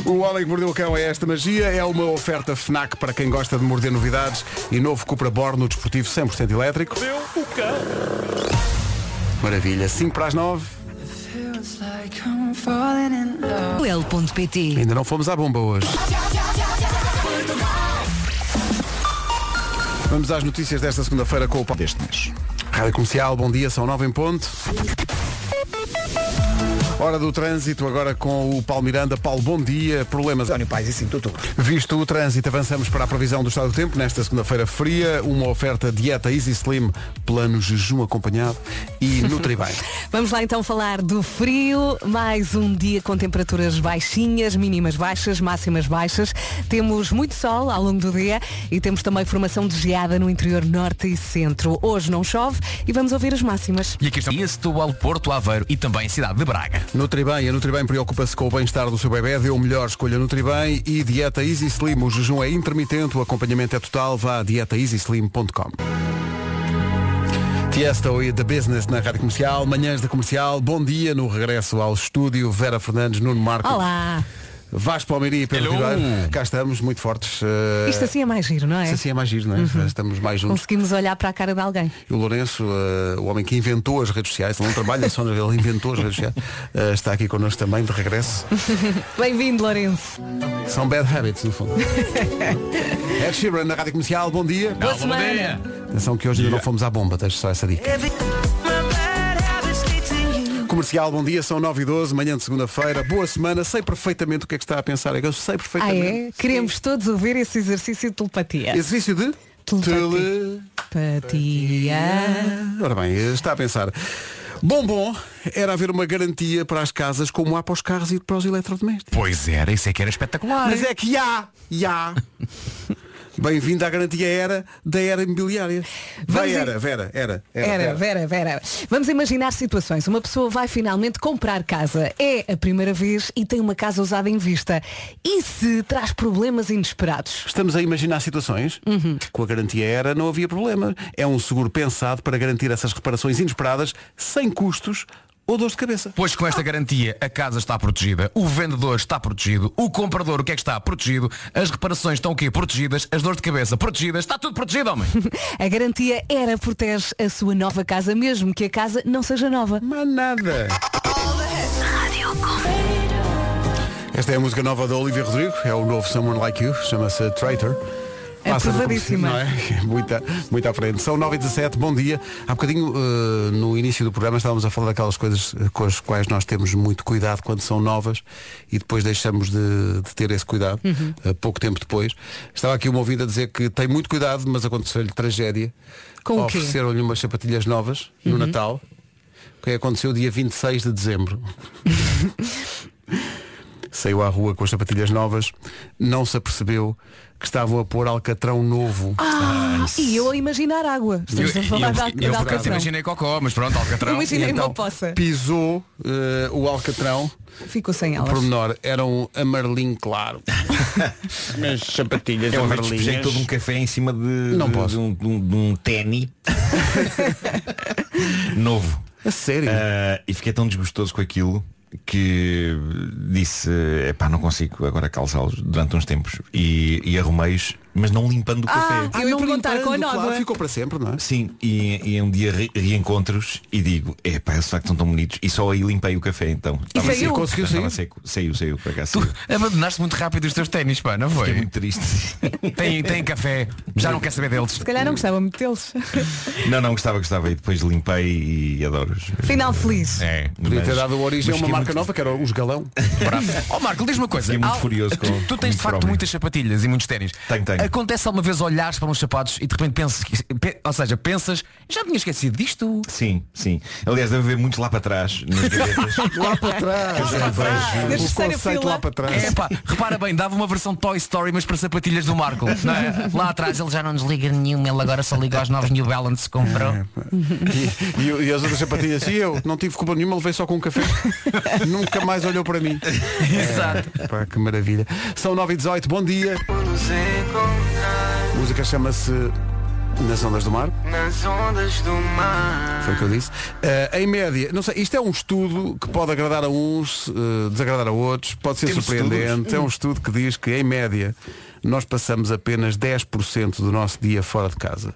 O Homem que Mordeu o Cão é esta magia, é uma oferta FNAC para quem gosta de morder novidades e novo Cupra Born, o desportivo 100% elétrico. Mordeu o Cão. Maravilha, 5 para as 9. L.pt Ainda não fomos à bomba hoje. Vamos às notícias desta segunda-feira com o Paulo. deste mês. Rádio Comercial, bom dia, são 9 em ponto. Hora do trânsito agora com o Paulo Miranda. Paulo, bom dia. Problemas António Pais e 5 de outubro. Visto o trânsito, avançamos para a previsão do estado do tempo nesta segunda-feira fria, uma oferta dieta Easy Slim, plano jejum acompanhado e Nutribem. Vamos lá então falar do frio. Mais um dia com temperaturas baixinhas, mínimas baixas, máximas baixas. Temos muito sol ao longo do dia e temos também formação de geada no interior norte e centro. Hoje não chove e vamos ouvir as máximas. E aqui estão Ia, Setúbal, Porto, Aveiro e também cidade de Braga. Nutribem, a Nutribem preocupa-se com o bem-estar do seu bebê, deu melhor escolha Nutribem e dieta Easy Slim. O jejum é intermitente, o acompanhamento é total, vá a dietaeasyslim.com. Tiesto e The Business na Rádio Comercial, manhãs da Comercial, bom dia no regresso ao estúdio, Vera Fernandes, Nuno Marco, Olá! Vasco Palmeiri e Pedro Hello. Ribeiro, cá estamos, muito fortes. eh, Isto assim é mais giro, não é? Isso assim é mais giro, não é? Estamos mais juntos. Conseguimos olhar para a cara de alguém. E O Lourenço, eh, o homem que inventou as redes sociais, ele não trabalha só, ele inventou as redes sociais, eh, está aqui connosco também, de regresso. Bem-vindo, Lourenço. São bad habits, no fundo. Ed Sheeran, na Rádio Comercial, bom dia. Boa semana. Atenção que hoje ainda não fomos à bomba, deixo só essa dica. Então. Comercial, bom dia, são 9 e 12, manhã de segunda-feira, boa semana, sei perfeitamente o que é que está a pensar, é que eu sei Ah, perfeitamente. é? Queremos todos ouvir esse exercício de telepatia. Exercício de Telepatia. Telepatia. Ora bem, está a pensar. Bom, bom, era haver uma garantia para as casas como há para os carros e para os eletrodomésticos. é- é Pois era, isso é que era espetacular. Mas é que há, e há. Bem-vindo à garantia era da era imobiliária. Vai, Vamos em- era, Vera, era. Era, Vera, Vera. Vamos imaginar situações. Uma pessoa vai finalmente comprar casa. É a primeira vez e tem uma casa usada em vista. E se traz problemas inesperados? Estamos a imaginar situações. Uhum. Com a garantia era não havia problema. É um seguro pensado para garantir essas reparações inesperadas sem custos ou dores de cabeça. Pois com esta garantia a casa está protegida, o vendedor está protegido, o comprador o que é que está protegido, as reparações estão o quê? Protegidas, as dores de cabeça protegidas, está tudo protegido, homem. A garantia era protege a sua nova casa, mesmo que a casa não seja nova. Mas nada. Esta é a música nova da Olivia Rodrigo, é o novo Someone Like You, chama-se Traitor. É Passa na Aprovadíssima. comercial, não é? Muito, à- muito à frente. São 9 e 17 bom dia. Há bocadinho, eh, no início do programa, estávamos a falar daquelas coisas eh, com as quais nós temos muito cuidado quando são novas e depois deixamos de, de ter esse cuidado, Uhum. eh, pouco tempo depois. Estava aqui uma ouvinte a dizer que tem muito cuidado, mas aconteceu-lhe tragédia. Com o quê? Ofereceram-lhe umas sapatilhas novas no Uhum. Natal, que aconteceu dia 26 de dezembro saiu à rua com as sapatilhas novas, não se apercebeu que estavam a pôr alcatrão novo. Ah, e eu a imaginar água. Estamos a falar de eu algodão. por acaso imaginei cocó, mas pronto, alcatrão. Imaginei E então, uma poça. Pisou eh, o alcatrão, Ficou sem o elas. pormenor, era um amarelinho claro. Mas sapatilhas Eu uma vez amarelinhas. despejei todo um café em cima de, Não de- posso. de um, de um, de um tênis novo. Ah, A sério? Eh, e fiquei tão desgostoso com aquilo que disse, epá, não consigo agora calçá-los durante uns tempos. E, e arrumei-os, mas não limpando o café. Ah, eu ia perguntar com a nova. Claro, ficou para sempre, não é? Sim, e, e um dia re- reencontro-os e digo, epá, eles de facto são tão bonitos. E só aí limpei o café então. Estava saiu? seco. Conseguiu Estava sair? seco. Saiu, saiu, por acaso. saiu. Abandonaste muito rápido os teus ténis, pá, não foi? Fiquei muito triste. Tem, tem café, já não quer saber deles. Se calhar não gostava muito deles. Não, não, gostava, gostava. E depois limpei e adoro-os. Final feliz. É, Podia ter mas- dado origem a uma mas fiquei marca muito- nova, que era os galão. Ó Oh, Marco, diz uma coisa. Fiquei muito Há- um- furioso com- tu, tu com tens de o facto micrófono. muitas sapatilhas e muitos ténis. Tenho, tenho. Acontece alguma vez olhares para uns sapatos e de repente pensas, que- pe- ou seja, pensas, já tinha esquecido disto. Sim, sim. Aliás, deve haver muitos lá para trás. nas gavetas. Lá para trás. Lá para trás. O conceito lá para trás. É, pá, repara bem, dava uma versão Toy Story, mas para sapatilhas do Marco. não é? Lá atrás ele já não desliga nenhuma, ele agora só liga aos novos New Balance que comprou. E, e as outras sapatilhas, e eu não tive culpa nenhuma, levei só com um café. Nunca mais olhou para mim. Exato. Pá, que maravilha. São 9 e 18 bom dia. A música chama-se Nas Ondas do Mar. Nas ondas do mar. Foi o que eu disse. Eh, em média, não sei, isto é um estudo que pode agradar a uns, eh, desagradar a outros, pode ser Temos surpreendente. estudos? É um estudo que diz que, em média, nós passamos apenas 10% do nosso dia fora de casa.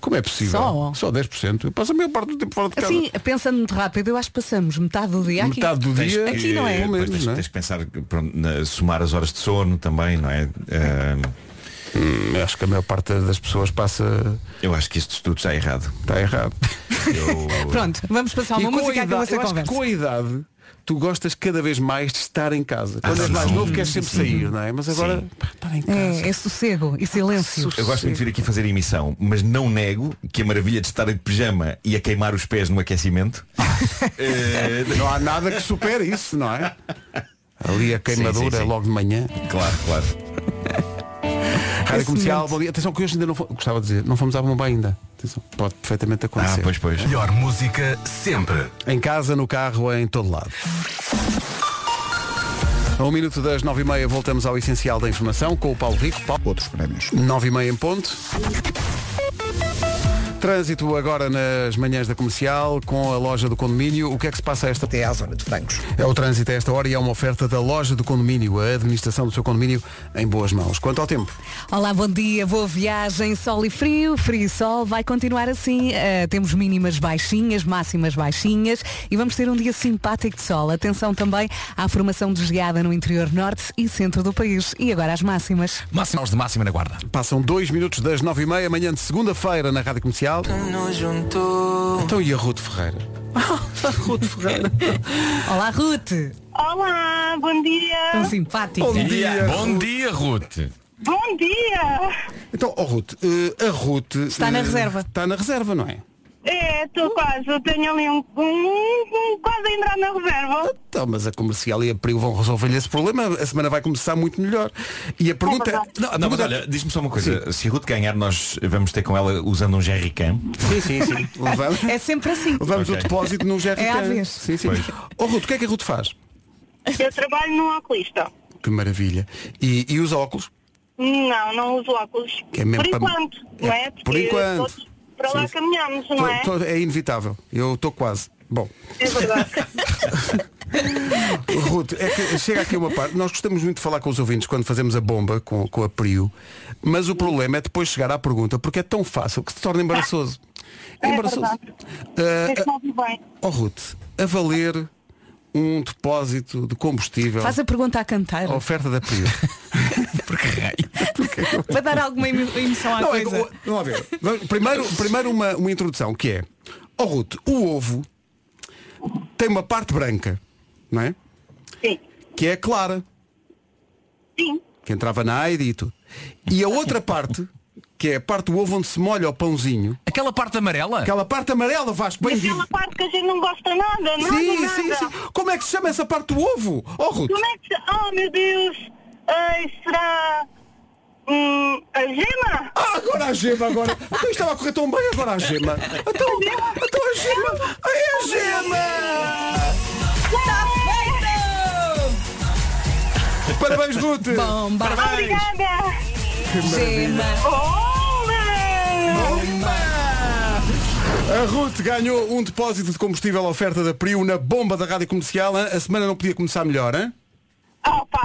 Como é possível? Só? 10%. Eu passo a maior parte do tempo fora de casa. Assim, pensando muito rápido, eu acho que passamos metade do dia aqui. É, Metade do Tens dia. que- Aqui não é. Pois, Menos, tens, não é? tens de pensar, pronto, na- somar as horas de sono também, não é? Hum, acho que a maior parte das pessoas passa. Eu acho que este estudo está errado. Está errado. Pronto, vamos passar uma com a música e acaba idade- essa eu acho que conversa. com a idade tu gostas cada vez mais de estar em casa. Quando Ah, és mais sim, novo queres sempre sim. sair, não é? Mas agora pá, estar em casa. É, é sossego e silêncio. Eu gosto muito de vir aqui fazer emissão, mas não nego que a maravilha de estar de pijama e a queimar os pés no aquecimento. eh, Não há nada que supere isso, não é? Ali a Sim, queimadura sim, sim. logo de manhã. Claro, claro. Rádio comercial, bom dia. Atenção que hoje ainda não fomos. Gostava de dizer, não fomos à bomba ainda. Atenção, pode perfeitamente é. Ah, acontecer. pois, pois. Melhor música sempre. Em casa, no carro, em todo lado. A um minuto das nove e meia voltamos ao essencial da informação com o Paulo Rico. Paulo. Outros prémios. Nove e meia em ponto. Trânsito agora nas manhãs da comercial com a loja do condomínio. O que é que se passa a esta? Até à zona de Francos. É o trânsito a esta hora e é uma oferta da loja do condomínio, a administração do seu condomínio em boas mãos. Quanto ao tempo, Olá, bom dia, boa viagem, sol e frio, frio e sol, vai continuar assim. Ah, temos mínimas baixinhas, máximas baixinhas e vamos ter um dia simpático de sol. Atenção também à formação de geada no interior norte e centro do país. E agora as máximas. Máxima aos de máxima na guarda. passam dois minutos das nove e meia, manhã de segunda-feira na Rádio Comercial. Então e a Ruth Ferreira? Ruth Ferreira. Olá, Ruth! Olá, bom dia. Tão simpática. Bom dia. Bom dia, Ruth. Bom dia. Então, ó Ruth, eh, a Ruth... Está na eh, reserva. Está na reserva, não é? É, estou quase. Eu tenho ali um, um- um- Quase a entrar na reserva. Então, mas a comercial e a Priu vão resolver-lhe esse problema. A semana vai começar muito melhor. E a pergunta. Então, a Não, mas pergunta- é- olha, diz-me só uma coisa. Se a Ruth ganhar, nós vamos ter com ela usando um jerrycan. Sim, sim, sim. Levamos, É sempre assim. levamos o depósito num jerrycan. É à vez. Sim, sim. Pois. Oh, Ruth, o que é que a Ruth faz? Eu trabalho num oculista. Que maravilha. E, e os óculos? Não, não uso óculos. Que é mesmo por para- enquanto, não é? por enquanto. todos Para lá Sim, sim. caminhamos, não Tô- é? tô- é inevitável. Eu estou quase. Bom. É verdade. Ruth, é que chega aqui uma parte. Nós gostamos muito de falar com os ouvintes quando fazemos a bomba com, com a Priu, mas o problema é depois chegar à pergunta, porque é tão fácil que se torna embaraçoso. É É embaraçoso. verdade. Ah, Deixa-me ouvir bem. ah, oh Ruth, a valer um depósito de combustível. Faz a pergunta a cantar. a oferta da Priu. porque raio. Para dar alguma emo- emoção à Não, é que coisa. o- vamos lá ver. Vamos- Primeiro, primeiro uma, uma introdução, que é, oh Ruth, o ovo tem uma parte branca, não é? Sim. Que é clara. Sim. Que entrava na AID e tudo. E a outra parte, que é a parte do ovo onde se molha o pãozinho. Aquela parte amarela? Aquela parte amarela, Vasco, bem vindo. Aquela parte que a gente não gosta nada, nada, Sim, nada. sim, sim. Como é que se chama essa parte do ovo? Oh Ruth. Como é que se... Oh, meu Deus. Ai, será... Hum, a gema? Ah, agora a gema, agora. Então estava a correr tão bem agora a gema. Então, então a gema. É a gema! Está feito! Parabéns, Ruth! Bom, parabéns! Obrigada! Que maravilha. A Ruth ganhou um depósito de combustível à oferta da Priu na bomba da rádio comercial. hein? A semana não podia começar melhor, hein? Opa!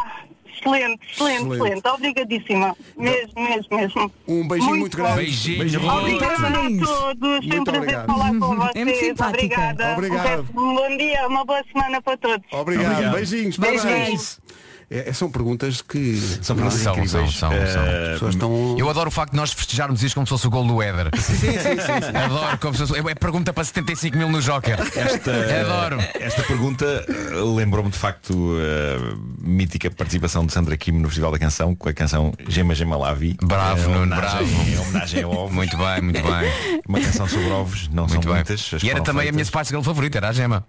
Excelente, excelente, Excelente. excelente. Obrigadíssima. Mesmo, mesmo, mesmo. Um beijinho muito grande. Beijinho, Ruth. Obrigada Parabéns. a todos. Foi um Muito prazer obrigado. falar com vocês. É muito simpática. Obrigada. Obrigado. Um resto de Um bom dia, uma boa semana para todos. Obrigado. Beijinhos, parabéns. Beijinhos. É, são perguntas que são São, são, são, são. Eh, As pessoas estão... Eu adoro o facto de nós festejarmos isto como se fosse o gol do Éder. sim, sim, sim. Adoro como se fosse. É pergunta para 75 mil no Joker. Esta, Adoro. esta pergunta eh, lembrou-me de facto a mítica participação de Sandra Kim no Festival da Canção com a canção Gema Gema Lavi. Bravo, Nuno, homenagem, bravo. é homenagem ao ovo. Muito bem, muito bem. Uma canção sobre ovos, não Muito são bem. muitas. as E era foram também a minha feitas. Spice Girl favorita, era a Gema.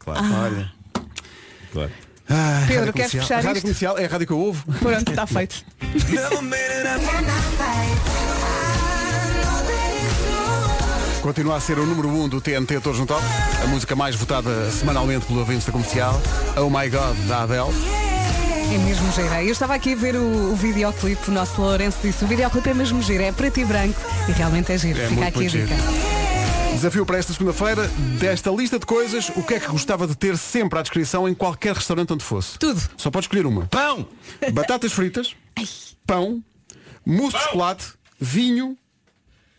Claro. Olha. Claro. Ah, Pedro, rádio queres comercial. fechar rádio isto? comercial é a rádio que eu ouvo. Pronto, está feito. Continua a ser o número 1 um do TNT Todos no Top. A música mais votada semanalmente pelo ouvintes da comercial. Oh My God, da Adele. É mesmo gira. Eu estava aqui a ver o, o videoclipe, o nosso Lourenço disse, o videoclipe é mesmo giro, é preto e branco e realmente é giro. É Fica muito, muito aqui a dica. Desafio para esta segunda-feira, desta lista de coisas, o que é que gostava de ter sempre à descrição em qualquer restaurante onde fosse? Tudo. Só pode escolher uma. Pão! Batatas fritas, pão, mousse de chocolate, vinho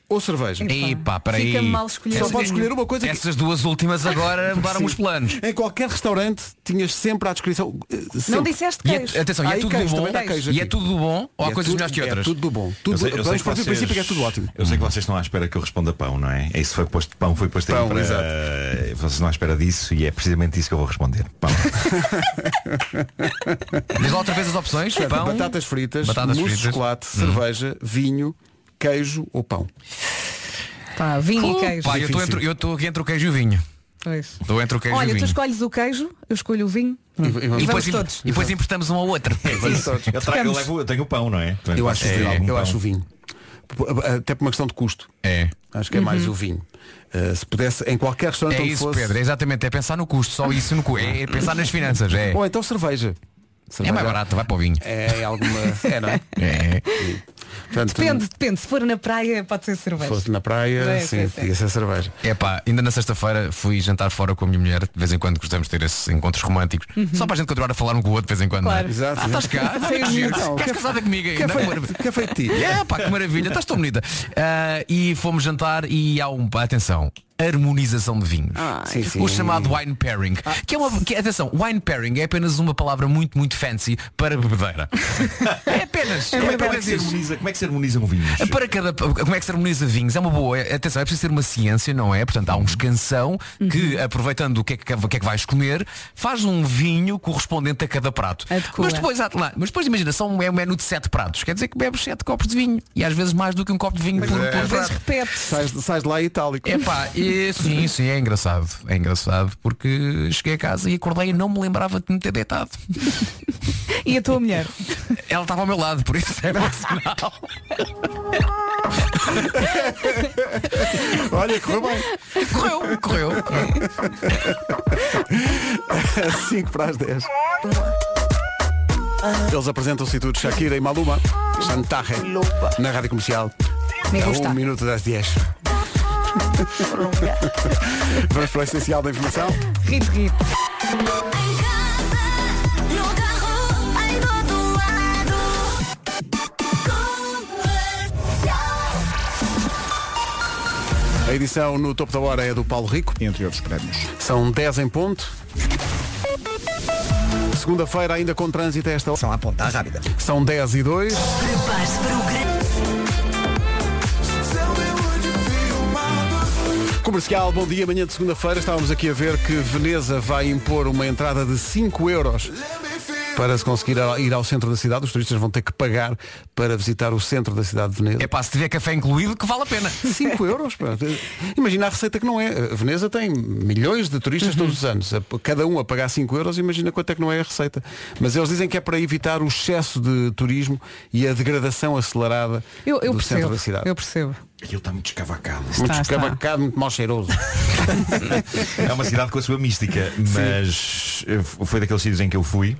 ou cerveja. Ei, pá, peraí. Fica mal escolher. Só Essa- podes escolher uma coisa que- Essas duas últimas agora mudaram os planos. Em qualquer restaurante tinhas sempre à descrição. eh, Não sempre. disseste E é- queijo. atenção, e é Aí tudo do queijo, bom. também dá queijo E é aqui. tudo do bom ou É há coisas tudo- melhores que outras? É tudo do bom. Eu Tudo, sei- eu sei vamos que partir do vocês- princípio que é tudo ótimo. Eu sei que vocês estão à espera que eu responda pão, não é? É isso foi posto pão, foi posto aí Pão, para... exato. Vocês estão à espera disso e é precisamente isso que eu vou responder. Pão. Diz lá outra vez as opções. Portanto, Pão, batatas fritas, batatas mousse de fritas. Hum. chocolate, cerveja, vinho, queijo ou pão. Pá, vinho e é queijo. Pá, eu estou entre- eu estou aqui entre o queijo e o vinho. Pois. Estou entre o queijo e Olha, o tu vinho. escolhes o queijo, eu escolho o vinho. E vamos E depois, im- todos. e depois emprestamos um ao outro. É Eu, trago, eu, levo, eu tenho o pão, não é? Também Eu posso acho, o ter vinho, um algum eu pão. acho o vinho. P- Até por uma questão de custo. É. Acho que é mais o vinho. Uh, se pudesse, em qualquer restaurante É onde isso, fosse. Pedro, é exatamente, é pensar no custo, só isso no cu, é, é pensar nas finanças, é. Ou então cerveja. É Cerveja mais barato, vai para o vinho. É em alguma. É, não é? É. Portanto, Depende, depende. Se for na praia, pode ser Se cerveja. fosse na praia, É, sim, sim, sim. podia ser cerveja. É pá, ainda na sexta-feira fui jantar fora com a minha mulher, de vez em quando gostamos de ter esses encontros românticos, só para a gente continuar a falar um com o outro de vez em quando. não Uhum. é? Claro. Exato. Ah, estás cá? Sim, Que giro. então, Queres que- casada comigo ainda? que foi- Maravilha. que foi de ti? É pá, que maravilha, estás tão bonita. Ah, e fomos jantar e há um, atenção, harmonização de vinhos. Sim, Ah, sim. Ah. O chamado wine pairing. Que é uma, que, atenção, wine pairing é apenas uma palavra muito, muito fancy para bebedeira. é apenas. Como é é, como é que apenas se isso. harmoniza, como é que se harmonizam vinhos? Para cada. Como é que se harmoniza vinhos? É uma boa. é- Atenção, é preciso ter uma ciência, não é? Portanto, há um escansão que, aproveitando o que, é que, o que é que vais comer, faz um vinho correspondente a cada prato. Adequa. Mas depois, há- lá, mas depois imagina, são, é um menu de sete pratos. Quer dizer que bebes sete copos de vinho. E às vezes mais do que um copo de vinho por, por Às vezes prato. repete. Sais, sais de lá itálico. Epá, e Eh, sim, sim, é engraçado. É engraçado porque cheguei a casa e acordei e não me lembrava de me ter deitado. E a tua mulher? Ela estava ao meu lado, por isso é bom sinal. Olha, correu bem. Correu, correu, correu. 5 É para as 10. Eles apresentam-se tudo Shakira e Maluma. Chantarre. Na rádio comercial. Me A gusta. um minuto das 10. Vamos para o essencial da informação. Rit, rit. A edição no topo da hora é do Paulo Rico. Entre outros prémios. São 10 em ponto. Segunda-feira ainda com trânsito a esta hora. São a ponta rápida. São 10 e 2. Prepare-se para o Comercial, bom dia. Manhã de segunda-feira estávamos aqui a ver que Veneza vai impor uma entrada de 5 euros para se conseguir ir ao centro da cidade. Os turistas vão ter que pagar para visitar o centro da cidade de Veneza. É pá, se tiver café incluído, que vale a pena. 5 euros, pá. Imagina a receita que não é. A Veneza tem milhões de Uhum. turistas todos os anos. A- Cada um a pagar 5 euros, imagina quanto é que não é a receita. Mas eles dizem que é para evitar o excesso de turismo e a degradação acelerada Eu, eu do centro percebo. da cidade. Eu percebo. Aquilo está muito escavacado. Muito está. escabacado, muito mal cheiroso. É uma cidade com a sua mística, mas eh, foi daqueles sítios em que eu fui,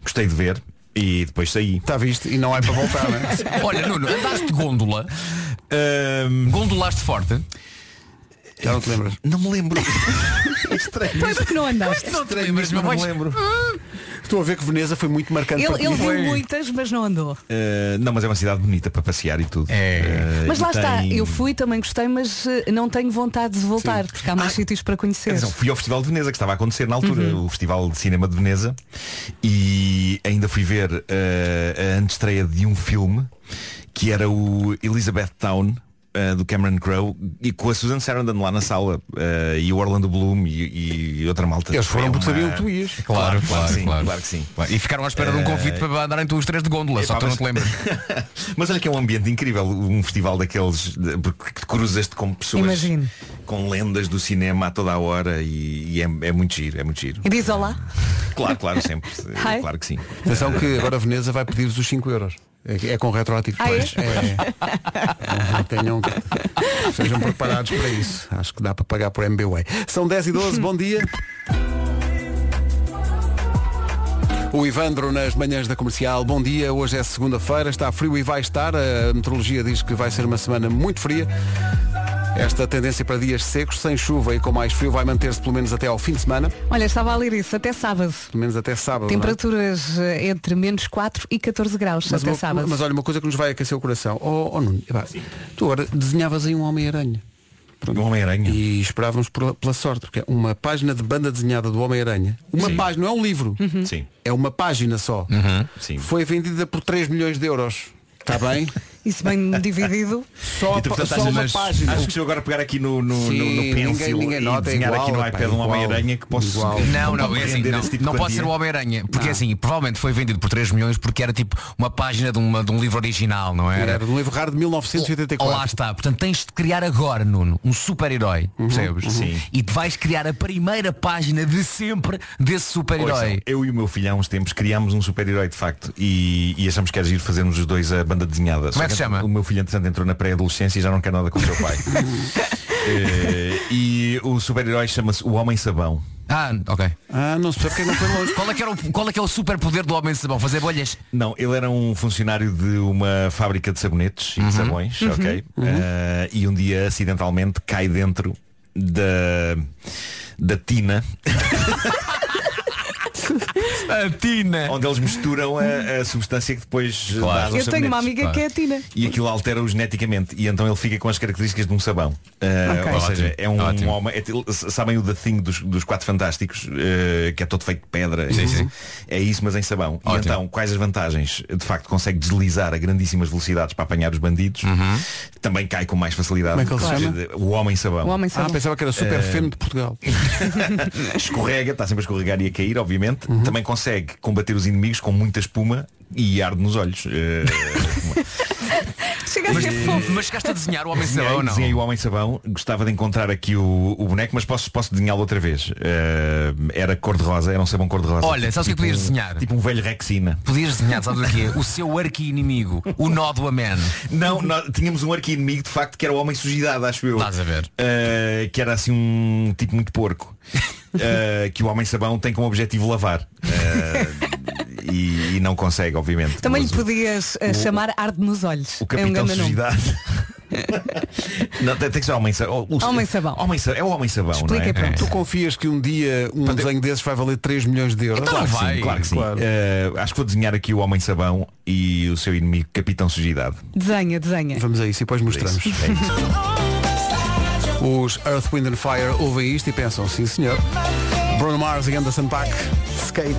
gostei de ver e depois saí. Está visto e não é para voltar, não Olha, Nuno, andaste de gôndola. Gondolaste forte. Já não É te lembras? Não me lembro. Estranho. Pois porque não andaste. Não te lembras, meu não me mas- lembro. Hum, Estou a ver que Veneza foi muito marcante para ti. Ele, ele viu muitas, mas não andou. Eh, não, mas é uma cidade bonita para passear e tudo. É. Eh, Mas lá e tem- está, eu fui, também gostei, mas eh, não tenho vontade de voltar, porque há mais sítios para conhecer. Atenção, É, fui ao Festival de Veneza que estava a acontecer na altura, Uhum. o Festival de Cinema de Veneza, e ainda fui ver eh, a antestreia de um filme que era o Elizabeth Town. eh, do Cameron Crowe e com a Susan Sarandon lá na sala eh, e o Orlando Bloom e, e outra malta Eles foram Foi porque uma- sabiam que tu ias. Claro, claro, sim, claro. que sim E ficaram à espera de um Eh, convite para andarem tu os três de gôndola, só Epá, tu não mas- te lembras. Mas olha que é um ambiente incrível, um festival daqueles de- porque que cruzas-te com pessoas Imagino. com lendas do cinema a toda a hora e, e é, é muito giro, é muito giro. E diz olá. Claro, claro, sempre. Ai. claro que sim. Atenção que agora a Veneza vai pedir-vos os 5 euros. É, é com retroativo. Ah, é? É. Tenham, sejam preparados para isso. Acho que dá para pagar por MBWay. São 10 e 12, bom dia. O Ivandro nas manhãs da comercial. Bom dia, hoje é segunda-feira, está frio e vai estar. A meteorologia diz que vai ser uma semana muito fria. Esta tendência para dias secos, sem chuva e com mais frio, vai manter-se pelo menos até ao fim de semana, Olha, estava a ler isso, até sábado. pelo menos até sábado. não é? Temperaturas eh, entre menos 4 e 14 graus, Mas, até uma- sábado. mas olha, uma coisa que nos vai aquecer o coração. Oh, oh Nuno, epá, tu agora desenhavas aí um Homem-Aranha. Um Homem-Aranha. E esperávamos por- pela sorte, porque é uma página de banda desenhada do Homem-Aranha. Uma Sim. Uhum. página, não é um livro. Uhum. Sim. É uma página só. Sim. Foi vendida por 3 milhões de euros. Está bem? Isso bem dividido. Só, E tu, portanto, só achas- uma mas página. Acho que se eu agora pegar aqui no, no, Sim, no, no ninguém- pencil ninguém e nota, é desenhar igual, aqui no epá, iPad um igual, Homem-Aranha que posso igual. Não, não, é assim, render não, esse tipo de não pode quantia. ser o Homem-Aranha, porque assim, provavelmente foi vendido por 3 milhões porque era tipo uma página de, uma- de um livro original, não era? "Oh, Era de um livro raro de 1984. Lá está, portanto tens de criar agora, Nuno, um super-herói, percebes? Sim. E te vais criar a primeira página de sempre desse Ouçam, super-herói. é, Eu e o meu filho há uns tempos criámos um super-herói de facto e, e achamos que era giro fazermos os dois a banda desenhada. Só é que se chama? O meu filho entretanto entrou na pré-adolescência e já não quer nada com o seu pai. Eh, e o super-herói chama-se o Homem Sabão. Ah, ok. Ah, não sei porque não foi longe. Qual é que, era o, qual é que é o superpoder do homem de sabão? Fazer bolhas? Não, ele era um funcionário de uma fábrica de sabonetes Uhum. e de sabões, ok? Eh, e um dia acidentalmente cai dentro da, da tina A Tina! Oh, onde eles misturam a, a substância que depois eh, dá aos Eu tenho uma sabonetes. amiga que é a Tina. E aquilo altera-o geneticamente E então ele fica com as características de um sabão Uh, Ok. Ou seja, é um Ótimo. homem é til- s- Sabem o The Thing dos, dos Quatro Fantásticos uh, Que é todo feito de pedra Sim, e- sim. É isso, mas em sabão E Ótimo. então, quais as vantagens? De facto, consegue deslizar a grandíssimas velocidades Para apanhar os bandidos Também cai com mais facilidade Como é que ele se Ou seja, O Homem Sabão O homem Ah, sabe. pensava que era Eh, super feno de Portugal. Escorrega, está sempre a escorregar e a cair, obviamente Também consegue combater os inimigos com muita espuma e arde nos olhos. Eh, Chega mas, É mas chegaste a desenhar o homem sabão ou não? Desenhei o Homem Sabão, gostava de encontrar aqui o, o boneco, mas posso, posso desenhá-lo outra vez. Eh, era cor-de-rosa, era um sabão cor-de-rosa. Olha, sabes o que é que podias um- desenhar? Tipo um velho Rexina. Podias desenhar, sabes o quê? O seu arqui-inimigo, o nó do Amen. Não, nós tínhamos um arqui-inimigo de facto que era o homem sujidade, acho eu. Estás a ver. Eh, que era assim um tipo muito porco. Eh, que o homem sabão tem como objetivo lavar. Eh, e, e não consegue, obviamente. Também lhe Mas o- podias eh, o- chamar Arde nos Olhos. O é um capitão grande nome. sujidade. não, tem tem que ser homem sabão. O- o- Homem sabão. Homem Sa- É o homem sabão, não é? Tu confias que um dia um desenho desses vai valer 3 milhões de euros? claro que sim, Então claro que sim. Eh, acho que vou desenhar aqui o homem sabão e o seu inimigo capitão sujidade. É Desenha, desenha. Vamos a isso e depois mostramos. Os Earth, Wind and Fire ouvem isto e pensam, sim senhor. Bruno Mars e Anderson Paak, skate.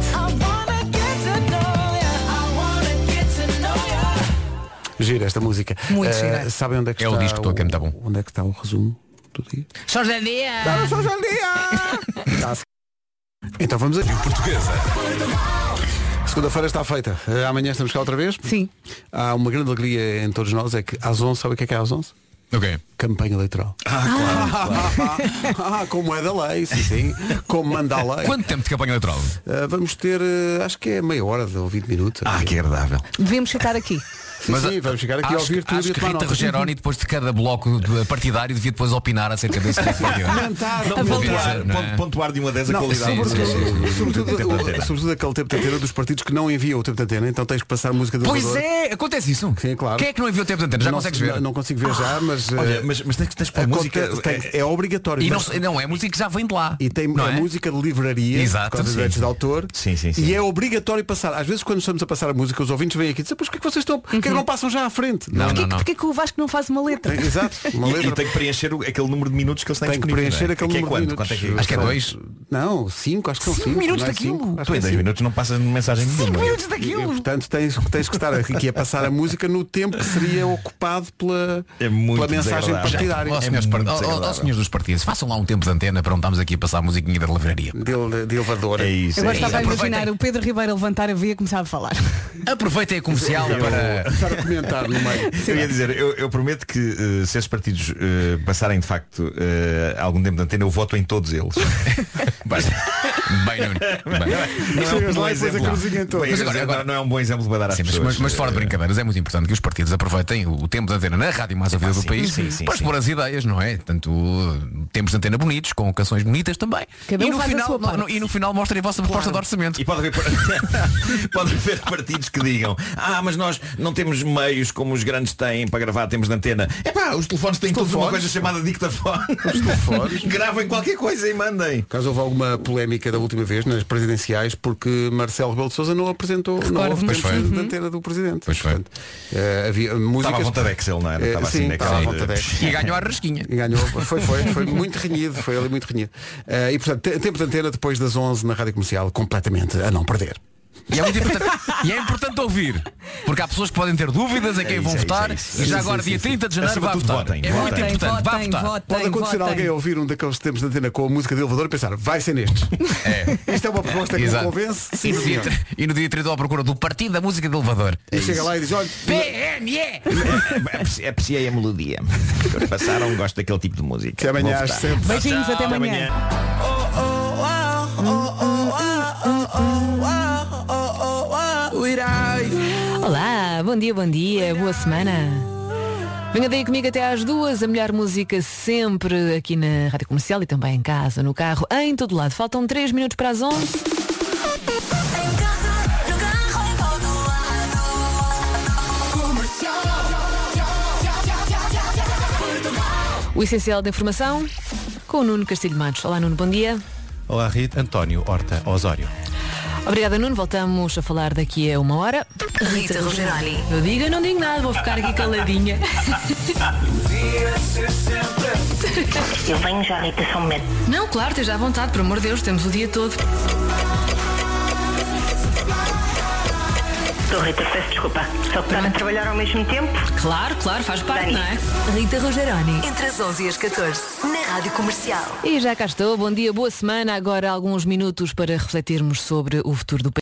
Gira esta música. Muito Eh, gira. Sabem onde é que É o está disco todo, que é muito bom. Onde é que está o resumo do dia? Só José Dia! Só José Dia! Tá. Então vamos a Portuguesa. Segunda-feira está feita. Eh, Amanhã estamos cá outra vez. Sim. Há uma grande alegria em todos nós, é que às 11, sabe o que é que é às 11? Ok. Campanha eleitoral. Ah, como é da lei, sim, sim. Como manda a lei. Quanto tempo de campanha eleitoral? Ah, vamos ter, eh, acho que é meia hora ou 20 minutos. Ah, que agradável. Devíamos ficar aqui. Sim, sim, vamos chegar aqui é. ah, acho, a ouvir tudo acho e a que tomar Rita é nota. Rogeroni depois de cada bloco de- partidário devia depois opinar acerca desse tipo de vídeo. Comentar, Não, avaliar, devia dizer, não é? Pon- Pontuar de uma 10 a Não, qualidade. sobretudo- do- sobretudo- do tempo de antena. Sobretudo aquele tempo de antena dos partidos que não enviam o tempo de antena, então tens que passar música do Pois jogador. é, acontece isso. Sim, claro. Quem é que não enviou o tempo de antena? Já não, consegues ver? Ah, Não, não consigo ver já, mas. eh, Olha, mas, mas tens, tens que pôr a música. conta- tem- é, obrigatório. E não, mas- não, é música que já vem de lá. E tem não a é? música de livraria, Exato, por causa dos sim. direitos de autor. Sim, sim, E é obrigatório passar. Às vezes quando estamos a passar a música, os ouvintes vêm aqui e dizem, pois porquê que vocês estão. Porquê que não passam já à frente? Uhum. Não, Porquê, não, não. porquê que o Vasco não faz uma letra? Tem- Exato. Uma E- letra E tem que preencher o- aquele número de minutos que eles têm tem que disponível, preencher não é? aquele Que é número quanto? de Quanto é minutos. que- Acho que é São- dois. Não, cinco, acho que são Cinco cinco. minutos não é daquilo. cinco? Acho Tu que em é 10 cinco. minutos não passas mensagem nenhuma. Cinco minutos E, daquilo. portanto, tens, tens que estar aqui a passar a música no tempo que seria ocupado pela, É muito pela mensagem desagradável. partidária. Ó, senhores, par- É muito ó, ó, desagradável. ó, senhores dos partidos, façam lá um tempo de antena para não estarmos aqui a passar a musiquinha da livraria. De, de elevador. É isso. Agora é estava a isso. imaginar o Pedro Ribeiro a levantar a veia e começar a falar. Aproveitem a comercial para. Estar a comentar no meio. Eu ia dizer, eu, eu prometo que eh, se esses partidos eh, passarem de facto eh, algum tempo de antena, eu voto em todos eles. Bem, Nuno. Bem. Não é um Chegas bom lá e pões a exemplo. cruzinha em todos. Bem, Mas agora- agora- Não é um bom exemplo para dar às Sim, mas, pessoas. eh, mas- mas fora de brincadeiras, é muito importante que os partidos aproveitem o tempo de antena na rádio mais ouvida Epá, do sim, país sim, sim, para sim. expor as ideias, não é? Tanto uh, tempos de antena bonitos, com canções bonitas também. Cada um e, no faz a final, sua parte. no- e no final mostrem a vossa proposta de orçamento. E pode haver, pode haver partidos que digam Ah, mas nós não temos meios como os grandes têm para gravar tempos de antena É pá, os telefones têm todos uma telefones? coisa chamada dictafone Os telefones? Gravem qualquer coisa e mandem Caso houve alguma polémica da última vez nas presidenciais porque Marcelo Rebelo de Sousa não apresentou não houve tempo Recordo-me. Pois foi. de- de antena do presidente. Pois foi. Portanto, eh, havia músicas... Estava à vontade de Excel, não era? Eh, Estava sim, assim naquela estava à de- vontade de Excel. E ganhou a rasquinha. E ganhou, foi, foi, foi muito renhido, foi ali muito renhido. Eh, e portanto, te- tempo de antena depois das 11 na Rádio Comercial, completamente a não perder. E é muito importante, e é importante ouvir. Porque há pessoas que podem ter dúvidas em quem isso, vão é isso, votar é isso. e já Sim, agora sim, dia sim, 30 de sim. janeiro vai Acima de votar. tudo, votem, é muito votem. importante, vá votar. Pode acontecer alguém ouvir um daqueles tempos de antena com a música de elevador e pensar, vai ser neste. É. Isto é uma proposta que me Exato. convence. E Sim, no, dia, senhor. e no dia 30 à procura do partido da música de elevador. E chega lá e diz, olha, PNE! Apreci- Apreciei a melodia Passaram, gosto daquele tipo de música que amanhã Vou às votar. 7 Beijinhos, até Até amanhã. Olá, bom dia, bom dia, boa semana. Venha daí comigo até às duas, a melhor música sempre aqui na Rádio Comercial e também em casa, no carro, em todo lado. Faltam três minutos para as 11. O essencial da informação com o Nuno Castilho Matos. Olá Nuno, bom dia. Olá, Rita. António Horta Osório. Obrigada Nuno, voltamos a falar daqui a uma hora. Rita Rogeroni. Eu digo, eu não digo nada, vou ficar aqui caladinha. Eu venho já, Rita, só um momento. Não, claro, esteja à vontade, por amor de Deus, temos o dia todo. Estou, Rita, peço desculpa. Só que estava a trabalhar ao mesmo tempo. Claro, claro, faz parte, não é? Rita Rogeroni, entre as 11 e as 14, na Rádio Comercial. E já cá estou, bom dia, boa semana. Agora alguns minutos para refletirmos sobre o futuro do país.